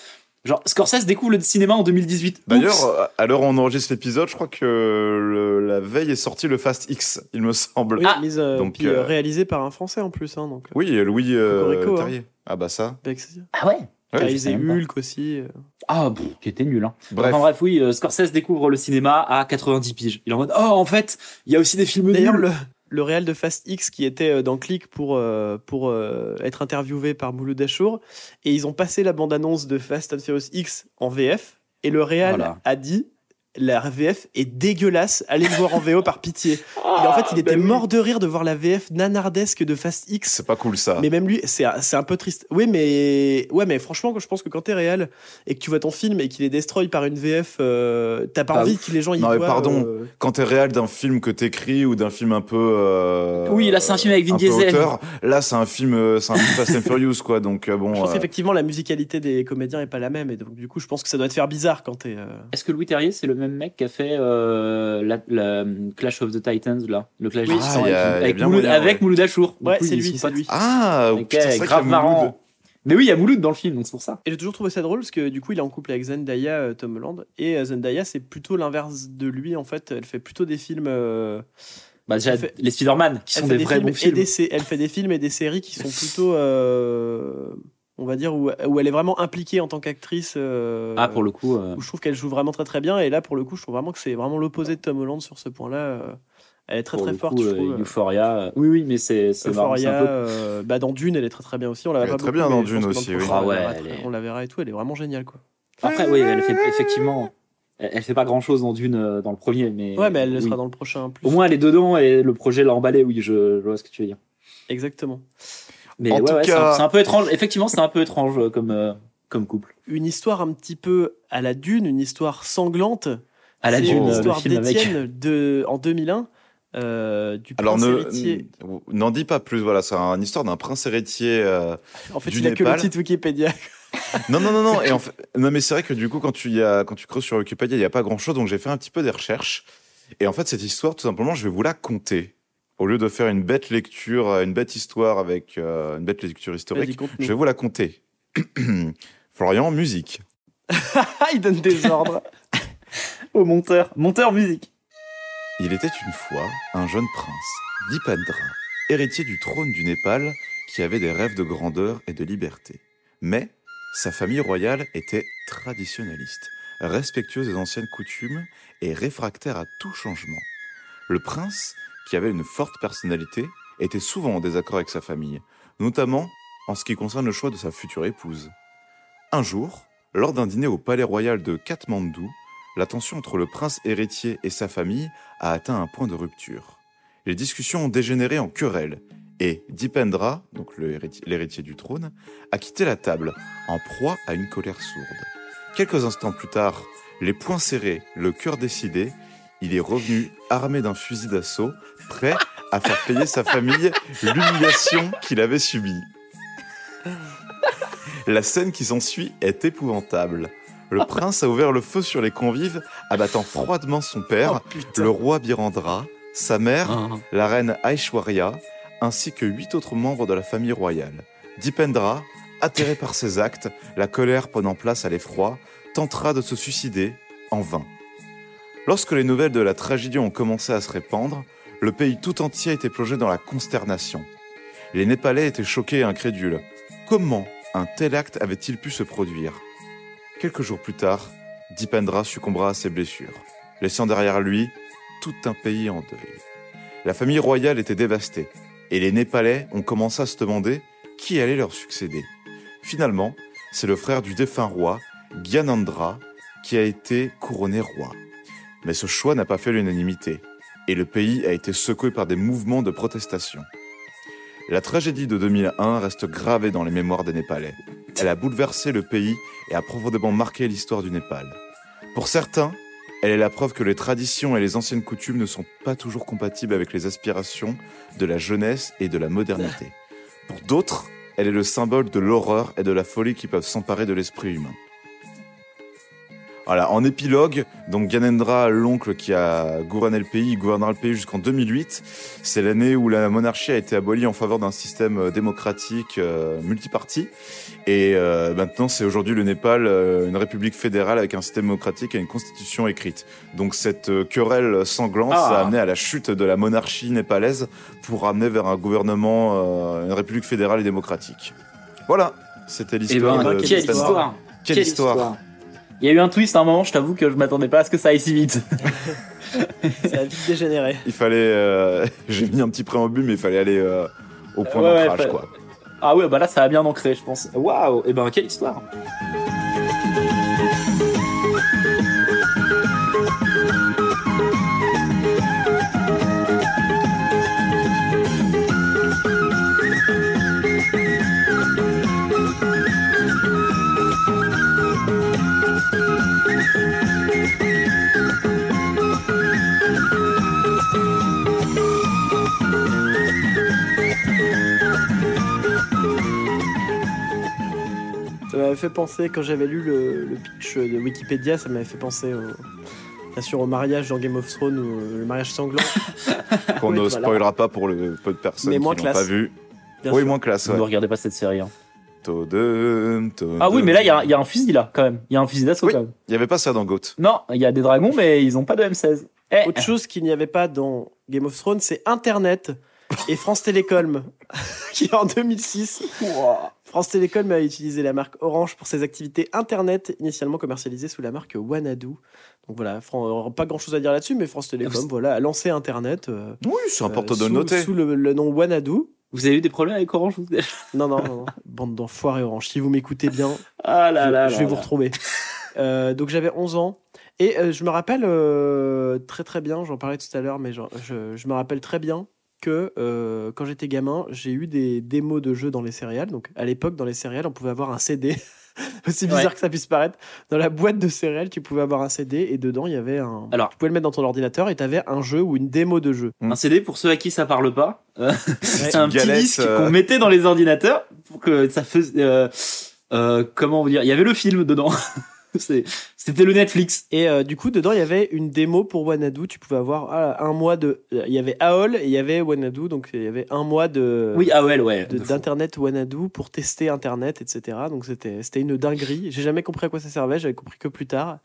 Genre, Scorsese découvre le cinéma en 2018.
euh, D'ailleurs,
Oups.
à l'heure où on enregistre l'épisode, je crois que le- la veille est sorti le Fast X, il me semble.
Oui,
Ah,
mise, euh,
donc,
puis, euh,
euh,
réalisé par un Français en plus. Hein, donc, euh,
Oui, Louis euh,
Cocorico, hein.
Terrier. Ah bah ça.
avec plaisir.
ah ouais.
Ouais, je
réalisé
savais même
Hulk aussi. euh.
Ah, pff, qui était nul. Hein.
Bref.
Enfin bref, oui, euh, Scorsese découvre le cinéma à 90 piges. Il est en mode, oh, en fait, il y a aussi des films
D'ailleurs,
nuls.
le, le réal de Fast X qui était euh, dans Click pour, euh, pour euh, être interviewé par Mouloud Achour, et ils ont passé la bande-annonce de Fast and Furious X en VF, et le réal
Voilà.
a dit la VF est dégueulasse, allez le voir en VO par pitié. Et en fait, il était mort de rire de voir la VF nanardesque de Fast X.
C'est pas cool ça.
Mais même lui, c'est un- c'est un peu triste. Oui, mais ouais, mais franchement, je pense que quand t'es réel et que tu vois ton film et qu'il est destroy par une VF, euh, t'as pas
Ah,
envie que les gens y
Non, mais
voient,
pardon.
euh,
Quand t'es réel d'un film que t'écris ou d'un film un peu. euh,
Oui, là, c'est un film avec Vin
un peu
Diesel.
auteur, là, c'est un film, euh, c'est un film Fast and Furious quoi. Donc euh, bon.
Je pense
euh,
qu'effectivement la musicalité des comédiens est pas la même et donc du coup je pense que ça doit te faire bizarre quand t'es. euh,
Est-ce que Louis Terrier, c'est le même mec qui a fait euh, la, la, euh, Clash of the Titans, là Le Clash
Oui.
des Titans
Ah, il y a-
avec,
il y a bien
Mouloud,
moyen,
avec
ouais.
Mouloud Achour. Du
Ouais,
coup, ils
c'est lui,
sont
c'est
potes.
lui.
Ah,
Ok,
putain, c'est vrai
grave
qu'il y a Mouloud.
marrant. Mais oui, il y a Mouloud dans le film, donc c'est pour ça.
Et j'ai toujours trouvé ça drôle parce que du coup il est en couple avec Zendaya euh, Tom Holland et euh, Zendaya c'est plutôt l'inverse de lui en fait elle fait plutôt des films euh,
Bah, déjà,
Elle fait-
les Spider-Man, qui
elle
sont
fait
des vrais
films
bons films.
et des sé- elle fait des films et des séries qui sont plutôt euh, on va dire où, où elle est vraiment impliquée en tant qu'actrice euh,
Ah, pour le coup. euh,
où je trouve qu'elle joue vraiment très très bien et là pour le coup je trouve vraiment que c'est vraiment l'opposé de Tom Holland sur ce point là elle est très
pour
très
le
forte
coup,
je
euh,
trouve.
Euphoria. euh, Oui, oui, mais c'est c'est marrant. c'est
Euphoria,
un peu-
euh, bah dans Dune, elle est très très bien aussi. On la
Elle
verra
est
pas
très
beaucoup,
bien dans
mais je pense
Dune
que
aussi,
le
oui.
prochain,
Ah ouais,
on, la verra
elle
très-
est-
on la verra et tout. Elle est vraiment géniale quoi.
Après, oui, elle fait effectivement. Elle elle fait pas grand chose dans Dune, euh, dans le premier, mais.
Ouais, mais elle le
oui.
sera dans le prochain plus.
Au moins, elle est dedans et le projet l'a emballé. Oui, je, je vois ce que tu veux dire.
Exactement.
Mais
En
ouais,
tout
ouais, c'est
cas-
un- c'est un, peu étrange. Effectivement, c'est un peu étrange euh, comme, euh, comme couple.
Une histoire un petit peu à la Dune, une histoire sanglante.
À la
C'est
dune,
une
euh, le
histoire
film (laughs) avec.
d'Étienne de en 2001 euh, du
Alors
prince
ne
héritier.
n'en dis pas plus. Voilà, c'est une histoire d'un prince héritier. euh,
En fait,
du
il a que le
Népal.
titre Wikipédia.
Non, non, non, non. Et en fait- non, mais c'est vrai que du coup, quand tu, y as- quand tu creuses sur Wikipédia, il n'y a pas grand-chose. Donc, j'ai fait un petit peu des recherches. Et en fait, cette histoire, tout simplement, je vais vous la conter. Au lieu de faire une bête lecture, euh, une bête histoire avec euh, une bête lecture
Vas-y,
historique,
conte-nous.
je vais vous la conter. (clears throat) Florian, musique.
(laughs) Ah, il donne des ordres.
(laughs) Au monteur. Monteur musique.
Il était une fois un jeune prince, Dipendra, héritier du trône du Népal, qui avait des rêves de grandeur et de liberté. Mais sa famille royale était traditionnaliste, respectueuse des anciennes coutumes et réfractaire à tout changement. Le prince, qui avait une forte personnalité, était souvent en désaccord avec sa famille, notamment en ce qui concerne le choix de sa future épouse. Un jour, lors d'un dîner au palais royal de Katmandou, la tension entre le prince héritier et sa famille a atteint un point de rupture. Les discussions ont dégénéré en querelle et Dipendra, donc le hériti- l'héritier du trône, a quitté la table en proie à une colère sourde. Quelques instants plus tard, les poings serrés, le cœur décidé, il est revenu armé d'un fusil d'assaut, prêt à faire payer sa famille l'humiliation qu'il avait subie. La scène qui s'ensuit est épouvantable. Le prince a ouvert le feu sur les convives, abattant froidement son père, le roi Birandra, sa
Ah.
mère,
Eh
la reine Aishwarya, ainsi que huit autres membres de la famille royale. Dipendra, atterré par ses actes, la colère prenant place à l'effroi, tentera de se suicider, en vain. Lorsque les nouvelles de la tragédie ont commencé à se répandre, le pays tout entier était plongé dans la consternation. Les Népalais étaient choqués et incrédules. Comment un tel acte avait-il pu se produire Quelques jours plus tard, Dipendra succombera à ses blessures, laissant derrière lui tout un pays en deuil. La famille royale était dévastée, et les Népalais ont commencé à se demander qui allait leur succéder. Finalement, c'est le frère du défunt roi, Gyanandra, qui a été couronné roi. Mais ce choix n'a pas fait l'unanimité, et le pays a été secoué par des mouvements de protestation. La tragédie de 2001 reste gravée dans les mémoires des Népalais. Elle a bouleversé le pays et a profondément marqué l'histoire du Népal. Pour certains, elle est la preuve que les traditions et les anciennes coutumes ne sont pas toujours compatibles avec les aspirations de la jeunesse et de la modernité. Pour d'autres, elle est le symbole de l'horreur et de la folie qui peuvent s'emparer de l'esprit humain. Voilà, en épilogue, donc Gyanendra, l'oncle qui a gouverné le pays, il gouvernera le pays jusqu'en 2008. C'est l'année où la monarchie a été abolie en faveur d'un système euh, démocratique euh, multiparti. Et euh, maintenant, c'est aujourd'hui le Népal, euh, une république fédérale avec un système démocratique et une constitution écrite. Donc cette euh, querelle sanglante
Ah.
a amené à la chute de la monarchie népalaise pour amener vers un gouvernement, euh, une république fédérale et démocratique. Voilà, c'était
Eh ben,
l'histoire. de-
quelle
de-
histoire
Quelle, histoire,
Il y a eu un twist à un moment, je t'avoue que je m'attendais pas à ce que ça aille si vite. (laughs)
Ça a vite dégénéré.
Il fallait, euh, (laughs) j'ai mis un petit préambule, mais il fallait aller euh, au point
Ouais, ouais, fa-
d'ancrage, quoi.
(laughs) Ah ouais, bah là, ça a bien ancré, je pense. Waouh Et ben, quelle histoire
Ça m'avait fait penser, quand j'avais lu le, le pitch de Wikipédia, ça m'avait fait penser au, bien sûr au mariage dans Game of Thrones, ou euh, le mariage sanglant.
Qu'on
Oui,
ne
voilà.
spoilera pas pour le peu de personnes
Mais
qui
moins
n'ont
classe.
pas vu.
Bien
oui,
sûr.
moins classe.
Vous ne
ouais.
regardez pas cette série. hein.
Todum, todum.
Ah oui, mais là, il y a, il y a un fusil, là, quand même. Il y a un fusil d'assaut,
Euh, Oui.
quand même.
Il n'y avait pas ça dans Goat.
Non, il y a des dragons, mais ils ont pas de M16. Eh,
Autre chose qu'il n'y avait pas dans Game of Thrones, c'est Internet et France Télécom, (laughs) qui en 2006, France Télécom a utilisé la marque Orange pour ses activités Internet, initialement commercialisées sous la marque Wanadu. Donc voilà, Fran- euh, pas grand chose à dire là-dessus, mais France
Ah,
Télécom
vous-
voilà, a lancé Internet euh,
Oui, c'est important
euh,
de
sous,
le noter.
sous le, le nom Wanadu.
vous avez eu des problèmes avec Orange vous
Non, non, non, non. (laughs) bande d'enfoirés Orange, si vous m'écoutez bien,
Ah (laughs) là
je,
là
je
là
vais
là.
vous retrouver. Euh, donc j'avais 11 ans et euh, je me rappelle euh, très très bien, j'en parlais tout à l'heure, mais genre, je, je me rappelle très bien que euh, quand j'étais gamin, j'ai eu des démos de jeux dans les céréales. Donc à l'époque, dans les céréales, on pouvait avoir un CD. (laughs) Aussi bizarre
Ouais.
que ça puisse paraître, dans la boîte de céréales, tu pouvais avoir un CD et dedans il y avait un.
Alors.
tu pouvais le mettre dans ton ordinateur et t'avais un jeu ou une démo de jeu.
Un CD pour ceux à qui ça parle pas. euh, (laughs) c'est un petit
galette,
disque
euh.
qu'on mettait dans les ordinateurs pour que ça faisait. euh, euh, comment vous dire Il y avait le film dedans. (laughs) C'est- C'était le Netflix.
Et euh, du coup, dedans, il y avait une démo pour Wanadu. Tu pouvais avoir ah, un mois de. Il y avait AOL et il y avait Wanadu. Donc, il y avait un mois de.
Oui, ah ouais, ouais.
Euh, de-
de fou.
D'internet Wanadu pour tester Internet, etc. Donc c'était c'était une dinguerie. J'ai jamais compris à quoi ça servait, j'avais compris que plus tard.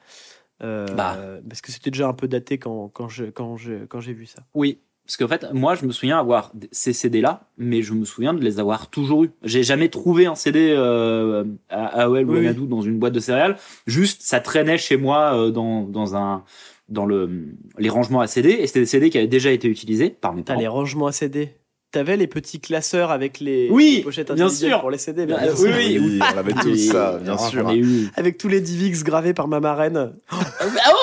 Euh,
Bah.
Parce que c'était déjà un peu daté quand, quand j'ai quand je- quand j'ai vu ça.
Oui, parce qu'en fait, moi, je me souviens avoir ces CD-là, mais je me souviens de les avoir toujours eu. J'ai jamais trouvé un CD euh, à AOL ou
Oui,
à
oui.
Nadou dans une boîte de céréales. Juste, ça traînait chez moi euh, dans, dans un dans le les rangements à CD et c'était des CD qui avaient déjà été utilisés par mes
Putain,
parents.
les rangements à CD. T'avais les petits classeurs avec les,
Oui,
les pochettes
bien
individuelles
sûr.
pour les CD.
Bien-
bien
euh,
sûr.
oui,
Ah, Oui, on l'avait tous, Ah, ça, bien
Alors,
sûr.
j'en ai eu.
(laughs) Avec tous les DivX gravés par ma marraine.
Ah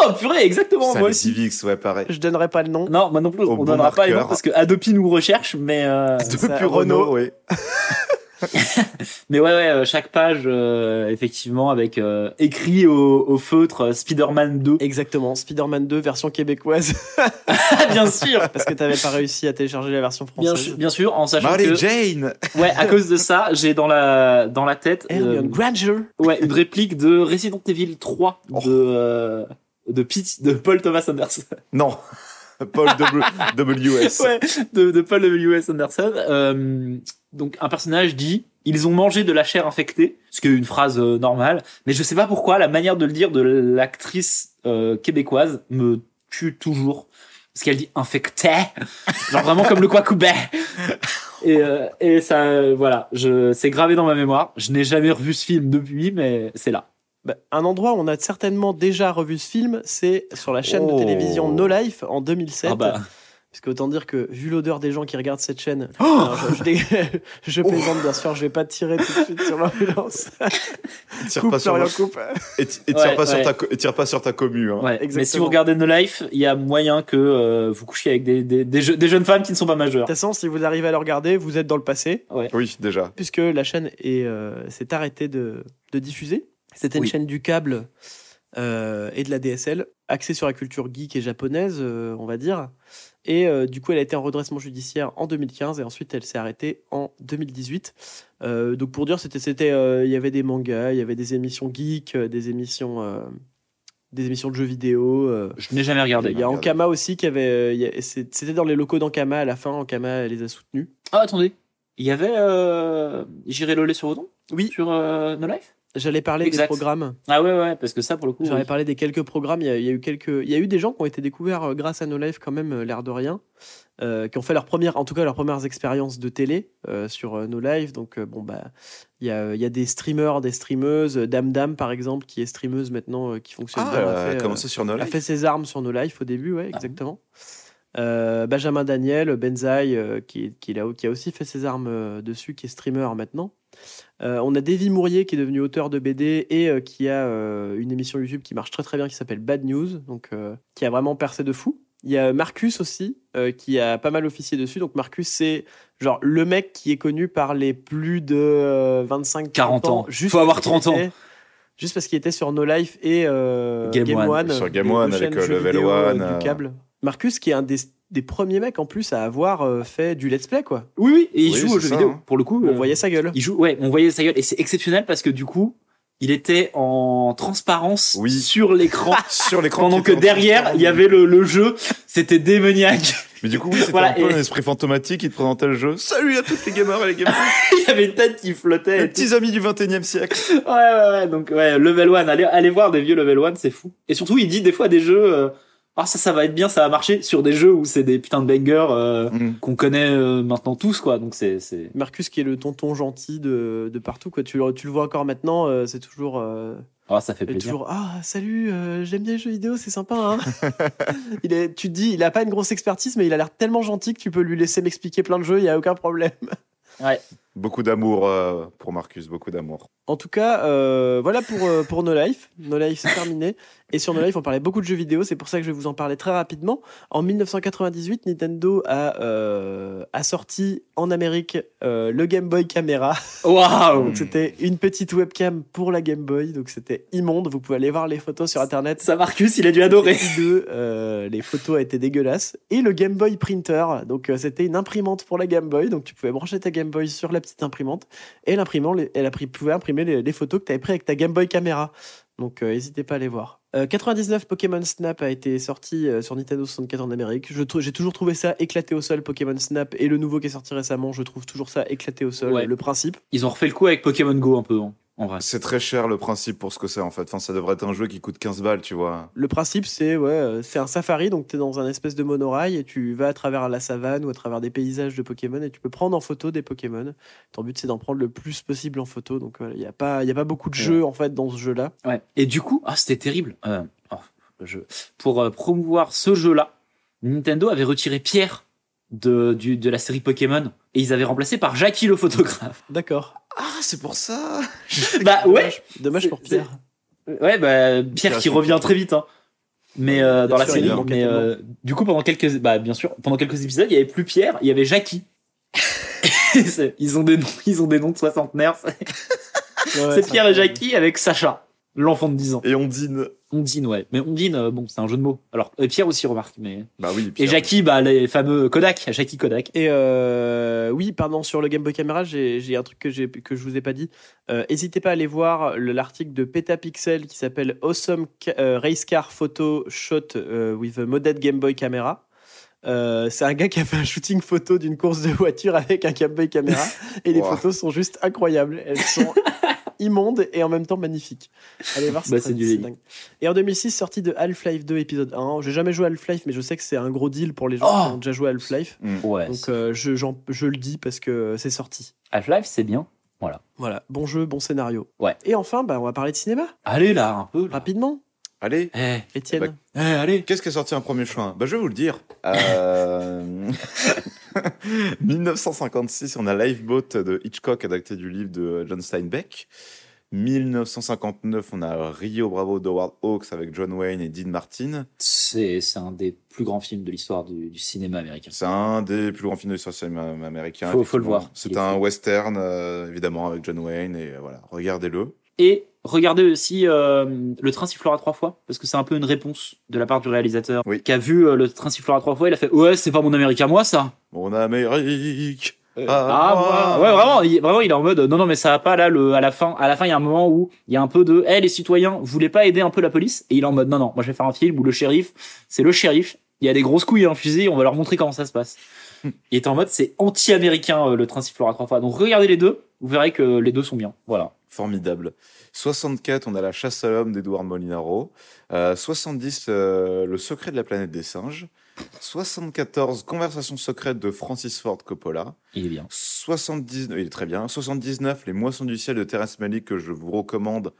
oh, purée, exactement,
Ça,
moi
les
aussi.
Civics, ouais, pareil.
Je donnerai pas le nom.
Non, moi non plus,
Au
on
bon
donnera pas les noms
marqueur.
parce que Adopi nous recherche, mais euh,
Ça,
Depuis
Renault.
Renault, oui.
mais ouais, ouais, euh, chaque page euh, effectivement avec euh, écrit au, au feutre euh, Spider-Man 2.
Exactement, Spider-Man 2 version québécoise.
Ah, (laughs) bien sûr,
Parce que t'avais pas réussi à télécharger la version
bien
française.
sûr, bien sûr, en sachant
Mary
que
Jane (laughs)
ouais, à cause de ça, j'ai dans la dans la tête euh,
Hermione Granger.
ouais, une réplique de Resident Evil 3
Oh.
de euh, de Pete, de Paul Thomas Anderson.
Non Paul W- WS.
Ouais, de, de Paul W.S. Anderson. Euh, donc, un personnage dit Ils ont mangé de la chair infectée, ce qui est une phrase euh, normale, mais je sais pas pourquoi la manière de le dire de l'actrice euh, québécoise me tue toujours. Parce qu'elle dit infecté, genre vraiment comme le Quacoubet. Et, euh, et ça, euh, voilà, je, c'est gravé dans ma mémoire. Je n'ai jamais revu ce film depuis, mais c'est là.
Bah, un endroit où on a certainement déjà revu ce film, c'est sur la chaîne
Oh.
de télévision No Life en 2007.
Ah bah,
Parce qu'autant dire que, vu l'odeur des gens qui regardent cette chaîne, alors, je, je, dé- (laughs) je plaisante bien sûr, je vais pas tirer tout de suite sur l'ambulance. (laughs)
Tire
Coupe,
pas sur
Florian,
le-
coupe.
Et ti- et tire
Ouais,
pas sur
ouais.
ta co- et tire pas sur ta commu. hein.
ouais. Mais si
exactement.
vous regardez No Life, il y a moyen que euh, vous couchiez avec des, des, des, je- des jeunes femmes qui ne sont pas
De
majeures.
toute façon, si vous arrivez à le regarder, vous êtes dans le passé,
Oui, déjà.
puisque la chaîne est, euh, s'est arrêtée de, de diffuser. C'était une
Oui.
chaîne du câble euh, et de la DSL, axée sur la culture geek et japonaise, euh, on va dire. Et euh, du coup, elle a été en redressement judiciaire en 2015 et ensuite elle s'est arrêtée en 2018. Euh, donc pour dire, c'était, c'était, euh, il y avait des mangas, il y avait des émissions geeks, euh, des émissions, euh, des émissions de jeux vidéo. euh,
Je n'ai jamais regardé.
il y a
Regardez.
Ankama aussi qui avait. euh, il y a- c'est- C'était dans les locaux d'Ankama à la fin. Ankama les a soutenus.
Ah, attendez. Il y avait euh, J'irai le lait sur Odon
Oui.
Sur euh, No Life
J'allais parler
Exact.
des programmes.
Ah ouais, ouais, parce que ça, pour le coup.
J'allais
oui.
parler des quelques programmes. Il y, a, il y a eu quelques. Il y a eu des gens qui ont été découverts euh, grâce à nos lives quand même, euh, l'air de rien, euh, qui ont fait leur première, en tout cas leurs premières expériences de télé euh, sur euh, nos lives. Donc euh, bon bah, il y, a, euh, il y a des streamers, des streameuses, euh, Dame Dame par exemple qui est streameuse maintenant, euh, qui fonctionne
Ah,
bien. a
elle
fait,
a
euh,
commencé sur No
Elle a
Life.
fait ses armes sur nos lives au début, ouais,
Ah.
exactement. Euh, Benjamin Daniel, Benzaï, euh, qui, qui, l'a- qui a aussi fait ses armes euh, dessus, qui est streamer maintenant. Euh, on a Davy Mourier, qui est devenu auteur de BD et euh, qui a euh, une émission YouTube qui marche très très bien, qui s'appelle Bad News, donc, euh, qui a vraiment percé de fou. Il y a Marcus aussi, euh, qui a pas mal officié dessus. Donc Marcus, c'est genre le mec qui est connu par les plus de 25-40
40 ans.
ans. Juste
Faut avoir
parce
30 ans.
qu'il était- Juste parce qu'il était sur No Life et euh,
Game
Game,
One.
One.
Sur
les
Game
deux
One, avec,
chaînes
euh,
jeux
Level
vidéo, euh,
One,
du
euh.
câble. Marcus, qui est un des, des premiers mecs en plus à avoir euh, fait du let's play, quoi.
Oui, oui, et il
Oui,
joue
c'est
aux jeux
ça,
vidéo.
hein.
Pour le coup,
On
euh,
voyait sa gueule.
il joue, ouais, on voyait sa gueule. Et c'est exceptionnel parce que du coup, il était en transparence
Oui.
sur l'écran.
Sur (laughs) l'écran.
Pendant
qui
que
était en-
derrière, il y avait le, le jeu, c'était démoniaque. (laughs)
Mais du coup, oui, c'était
Voilà,
un peu
et-
un esprit fantomatique qui te présentait le jeu. Salut à toutes les gamers et les gamers.
Il y avait une tête qui flottait.
les
et tout.
petits amis du 21 e siècle.
Ouais, ouais, ouais. Donc, ouais, level 1, allez, allez voir des vieux level 1, c'est fou. Et surtout, il dit des fois des jeux, euh, ah, ça, ça va être bien, ça va marcher sur des jeux où c'est des putains de bangers euh,
Mm.
qu'on connaît euh, maintenant tous, quoi. Donc, c'est. c'est-
Marcus, qui est le tonton gentil de, de partout, quoi. Tu, le- tu le vois encore maintenant, euh, c'est toujours. euh,
Ah, ça fait
Et
plaisir.
toujours ah salut euh, j'aime bien les jeux vidéo c'est sympa hein (laughs) il est tu te dis il a pas une grosse expertise mais il a l'air tellement gentil que tu peux lui laisser m'expliquer plein de jeux il y a aucun problème
Beaucoup d'amour euh, pour Marcus, beaucoup d'amour.
en tout cas euh, voilà pour euh, pour No Life No Life c'est terminé et sur No Life on parlait beaucoup de jeux vidéo c'est pour ça que je vais vous en parler très rapidement en 1998 Nintendo a euh, a sorti en Amérique euh, le Game Boy Camera
Waouh!
donc c'était une petite webcam pour la Game Boy donc c'était immonde vous pouvez aller voir les photos sur internet
Ça, Marcus, il a dû adorer.
Deux, euh, les photos étaient dégueulasses. Et le Game Boy Printer, donc euh, c'était une imprimante pour la Game Boy, donc tu pouvais brancher ta Game Boy sur la petite imprimante et l'imprimant, elle a pris- pouvait imprimer les, les photos que tu avais prises avec ta Game Boy Camera. Donc n'hésitez pas à les voir. Euh, 99 Pokémon Snap a été sorti euh, sur Nintendo 64 en Amérique. Je trou- J'ai toujours trouvé ça éclaté au sol, Pokémon Snap, et le nouveau qui est sorti récemment, je trouve toujours ça éclaté au sol,
Ouais.
le principe.
Ils ont refait le coup avec Pokémon Go un peu, hein, en vrai.
C'est très cher le principe pour ce que c'est en fait. Enfin, ça devrait être un jeu qui coûte 15 balles, tu vois.
Le principe, c'est ouais, euh, c'est un safari, donc tu es dans un espèce de monorail et tu vas à travers la savane ou à travers des paysages de Pokémon et tu peux prendre en photo des Pokémon. Ton but, c'est d'en prendre le plus possible en photo. Donc il n'y a, pas- y a pas beaucoup de
Ouais.
jeux en fait dans ce jeu-là.
Ouais. Et du coup, ah, c'était terrible. Euh, oh, le jeu. Pour euh, promouvoir ce jeu-là, Nintendo avait retiré Pierre de, du- de la série Pokémon et ils avaient remplacé par Jackie le photographe.
D'accord.
Ah, c'est pour ça
bah ouais
Dommage pour
C'est-
Pierre.
Ouais, bah, Pierre qui
Pierre,
revient très vite, hein. Mais euh, dans
Bien
la
sûr,
série,
il manque
mais
tellement.
euh, du coup pendant quelques, bah bien sûr, pendant quelques épisodes, il y avait plus Pierre, il y avait Jackie. (laughs) C'est- ils ont des noms, ils ont des noms de soixantenaires. C'est
Ouais,
c'est
ça-
Pierre et Jackie avec Sacha, l'enfant de 10 ans.
Et on dîne.
Ondine, ouais. Mais Ondine, euh, bon, c'est un jeu de mots. Alors et Pierre aussi remarque, mais
Bah oui,
et
Pierre.
Jackie, bah les fameux Kodak, Jackie Kodak.
Et euh, oui, pardon, sur le Game Boy Camera, j'ai j'ai un truc que, j'ai- que je vous ai pas dit. Euh, N'hésitez pas à aller voir le- l'article de Petapixel qui s'appelle Awesome Ca- euh, Race Car Photo Shot euh, with a Modded Game Boy Camera. Euh, c'est un gars qui a fait un shooting photo d'une course de voiture avec un Game
(laughs)
Boy Camera et les
Wow.
photos sont juste incroyables. Elles sont immondes et en même temps magnifiques. Allez voir,
Bah,
très-
c'est du génie.
dingue. Et en 2006, sortie de Half-Life 2 épisode 1. J'ai jamais joué à Half-Life, mais je sais que c'est un gros deal pour les gens qui
Oh
ont déjà joué à Half-Life.
Ouais.
Donc euh, je, j'en- je le dis parce que c'est sorti.
Half-Life, c'est bien.
Voilà, bon jeu, bon scénario.
Ouais.
Et enfin, bah, on va parler de cinéma,
Allez là, un peu. là.
rapidement.
Allez,
Eh,
Étienne,
Eh ben,
eh, allez.
qu'est-ce qui est sorti en premier choix Bah, je vais vous le dire. Euh, (laughs) 1956, on a Lifeboat de Hitchcock, adapté du livre de John Steinbeck. 1959, on a Rio Bravo d'Howard Hawks avec John Wayne et Dean Martin.
C'est c'est un des plus grands films de l'histoire du, du cinéma américain.
C'est un des plus grands films de l'histoire du cinéma américain.
Faut- faut le
effectivement.
voir. Il
C'est
est
un
fou.
western, euh, évidemment, avec John Wayne. Et euh, voilà, regardez-le.
Et regardez aussi euh, Le train sifflera trois fois, parce que c'est un peu une réponse de la part du réalisateur
Oui.
qui a vu euh, Le train sifflera trois fois, il a fait Ouais, c'est pas mon américain, moi ça
Mon Amérique
Ah, moi. Ouais, vraiment il, vraiment, il est en mode Non, non, mais ça va pas là, le, à la fin. À la fin, il y a un moment où il y a un peu de Eh, les citoyens, vous voulez pas aider un peu la police Et il est en mode Non, non, moi je vais faire un film où le shérif, c'est le shérif, il y a des grosses couilles et un fusil, on va leur montrer comment ça se passe. il est en mode C'est anti-américain euh, le train sifflera trois fois. Donc regardez les deux, vous verrez que les deux sont bien. Voilà.
Formidable. 64, on a La chasse à l'homme d'Edouard Molinaro. Euh, 70, euh, Le secret de la planète des singes. 74, Conversation secrète de Francis Ford Coppola.
Il est bien.
79, il est très bien. 79, Les moissons du ciel de Terrence Malick que je vous recommande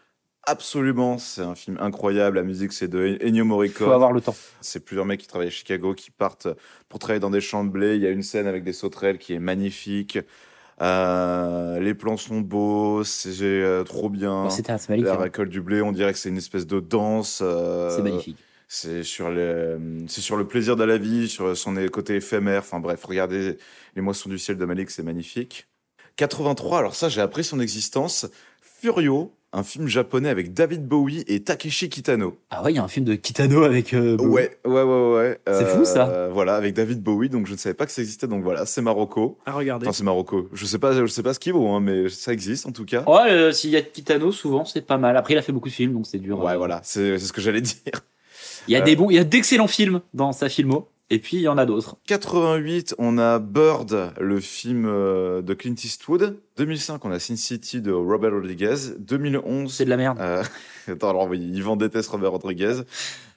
absolument. C'est un film incroyable. La musique, c'est de
Il
Ennio Morricone.
faut avoir le temps.
C'est plusieurs mecs qui travaillent à Chicago qui partent pour travailler dans des champs de blé. Il y a une scène avec des sauterelles qui est magnifique. Euh, les plans sont beaux, c'est euh, trop bien.
C'était Terrence Malick,
La
hein.
récolte du blé, on dirait que c'est une espèce de danse. euh,
c'est magnifique.
C'est sur, les- c'est sur le plaisir de la vie, sur son côté éphémère. Enfin bref, regardez Les moissons du ciel de Malik, c'est magnifique. 83, alors ça, j'ai appris son existence. Furio, un film japonais avec David Bowie et Takeshi Kitano.
Ah ouais, il y a un film de Kitano avec. euh, Blue.
Ouais, ouais, ouais, ouais, ouais.
C'est fou, ça.
Euh, Voilà, avec David Bowie, donc je ne savais pas que ça existait, donc voilà, c'est Marocco.
à regarder.
Enfin, c'est Marocco. Je sais pas, je sais pas ce qu'il vaut, hein, mais ça existe en tout cas.
Ouais, euh, s'il y a de Kitano, souvent c'est pas mal. Après, il a fait beaucoup de films, donc c'est dur.
Ouais,
Euh,
voilà, c'est c'est ce que j'allais (laughs) dire.
Il y a
Euh.
des bons, il y a d'excellents films dans sa filmo, et puis il y en a d'autres.
88, on a Bird, le film euh, de Clint Eastwood. 2005, on a Sin City de Robert Rodriguez. 2011,
C'est de la merde.
euh, (laughs) Attends, alors oui, Yvan déteste Robert Rodriguez.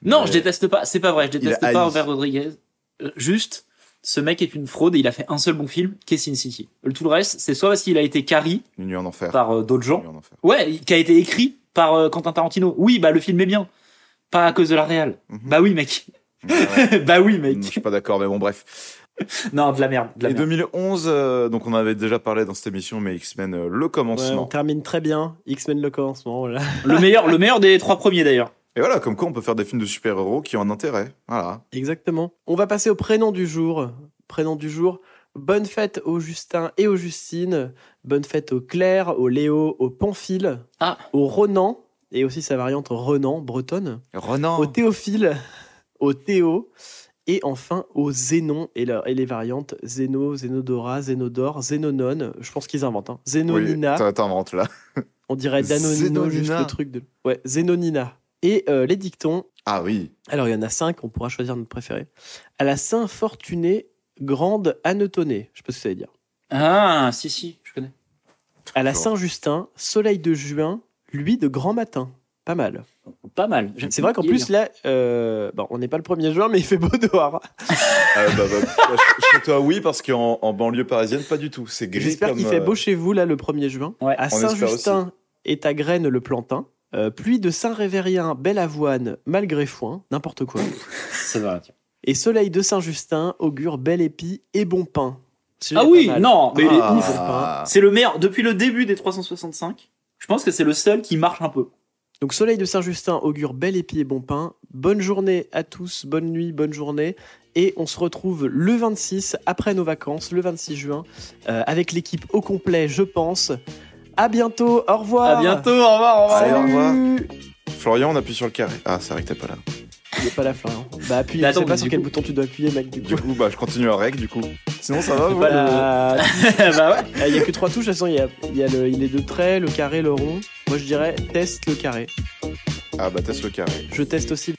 non,
Mais-
je déteste pas. C'est pas vrai. Je
a
déteste
haï.
pas Robert Rodriguez. Euh, Juste, ce mec est une fraude et il a fait un seul bon film, qui est Sin City. Le- Tout le reste, c'est soit parce qu'il a été carry
Une nuit en enfer.
par euh, d'autres
Une
gens,
nuit en enfer.
ouais, qui a été écrit par euh, Quentin Tarantino. Oui, bah le film est bien, pas à cause de la réal.
Mhm.
Bah oui, mec. (laughs)
Ouais,
bah oui,
ouais.
mec.
Je suis pas d'accord, mais bon, bref.
Non, de la merde. De la
Et
merde.
2011, euh, donc on avait déjà parlé dans cette émission, mais X-Men, euh, le
Ouais,
commencement.
on termine très bien. X-Men le commencement. Voilà. (laughs)
(laughs) Le meilleur, le meilleur des trois premiers d'ailleurs.
Et voilà, comme quoi on peut faire des films de super-héros qui ont un intérêt. Voilà.
Exactement. On va passer au prénom du jour. Prénom du jour. Bonne fête aux Justin et aux Justine. Bonne fête aux Claire, aux Léo, aux Pamphile,
Ah.
aux Ronan et aussi sa variante Renan bretonne,
Renan.
aux Théophile, aux Théo et enfin aux Zénon et, leur- et les variantes Zéno, Zénodora, Zénodore, Zénonone. Je pense qu'ils inventent. Hein. Zénonina.
Oui, t'inventes là.
On dirait Danonino,
Zénonina.
juste le truc de. Ouais, Zénonina. Et euh, les dictons.
Ah oui.
Alors, il y en a cinq, on pourra choisir notre préféré. À la Saint-Fortunée, grande Annetonée, je sais pas ce que ça veut dire.
Ah, si, si, je connais.
À la
Genre.
Saint-Justin, soleil de juin, lui de grand matin. Pas mal.
Pas mal. J'aime-
C'est vrai qu'en
il est
plus,
bien.
là, euh, bon, on n'est pas le 1er juin, mais il fait beau dehors. hein.
Euh, bah, bah, chez toi, oui, parce qu'en en banlieue parisienne, pas du tout. C'est gris.
J'espère
comme,
qu'il fait
euh,
beau chez vous, là, le 1er juin.
Ouais.
à
on espère
Saint-Justin est à Graines le plantain. Euh, pluie de Saint-Révérien, belle avoine, malgré foin, n'importe quoi.
C'est vrai. tiens.
Et soleil de Saint-Justin augure bel épi et bon pain. Celui-là
Ah
est
oui,
pas mal.
non, mais il est
Ah.
ouf. C'est le meilleur depuis le début des 365. Je pense que c'est le seul qui marche un peu.
Donc Soleil de Saint-Justin augure bel épi et bon pain. Bonne journée à tous, bonne nuit, bonne journée. Et on se retrouve le 26, après nos vacances, le 26 juin, euh, avec l'équipe au complet, je pense. À bientôt, au revoir.
À bientôt, au revoir, au revoir. (laughs)
Allez, au revoir.
Salut.
Florian, on appuie sur le carré. Ah, c'est vrai que t'es pas là.
Il est pas là, Florian. Bah appuie,
Mais
je sais
attends,
pas
mais
sur
du
quel
coup-
bouton tu dois appuyer, mec, du
Du
coup.
coup, bah, je continue la règle, du coup. Sinon, ça va, vous
pas
Bah,
bah ouais.
Il y a que trois touches, de toute façon, il y a, il y a le, il est deux traits, le carré, le rond. Moi, je dirais teste le carré.
Ah, bah, teste le carré.
Je teste aussi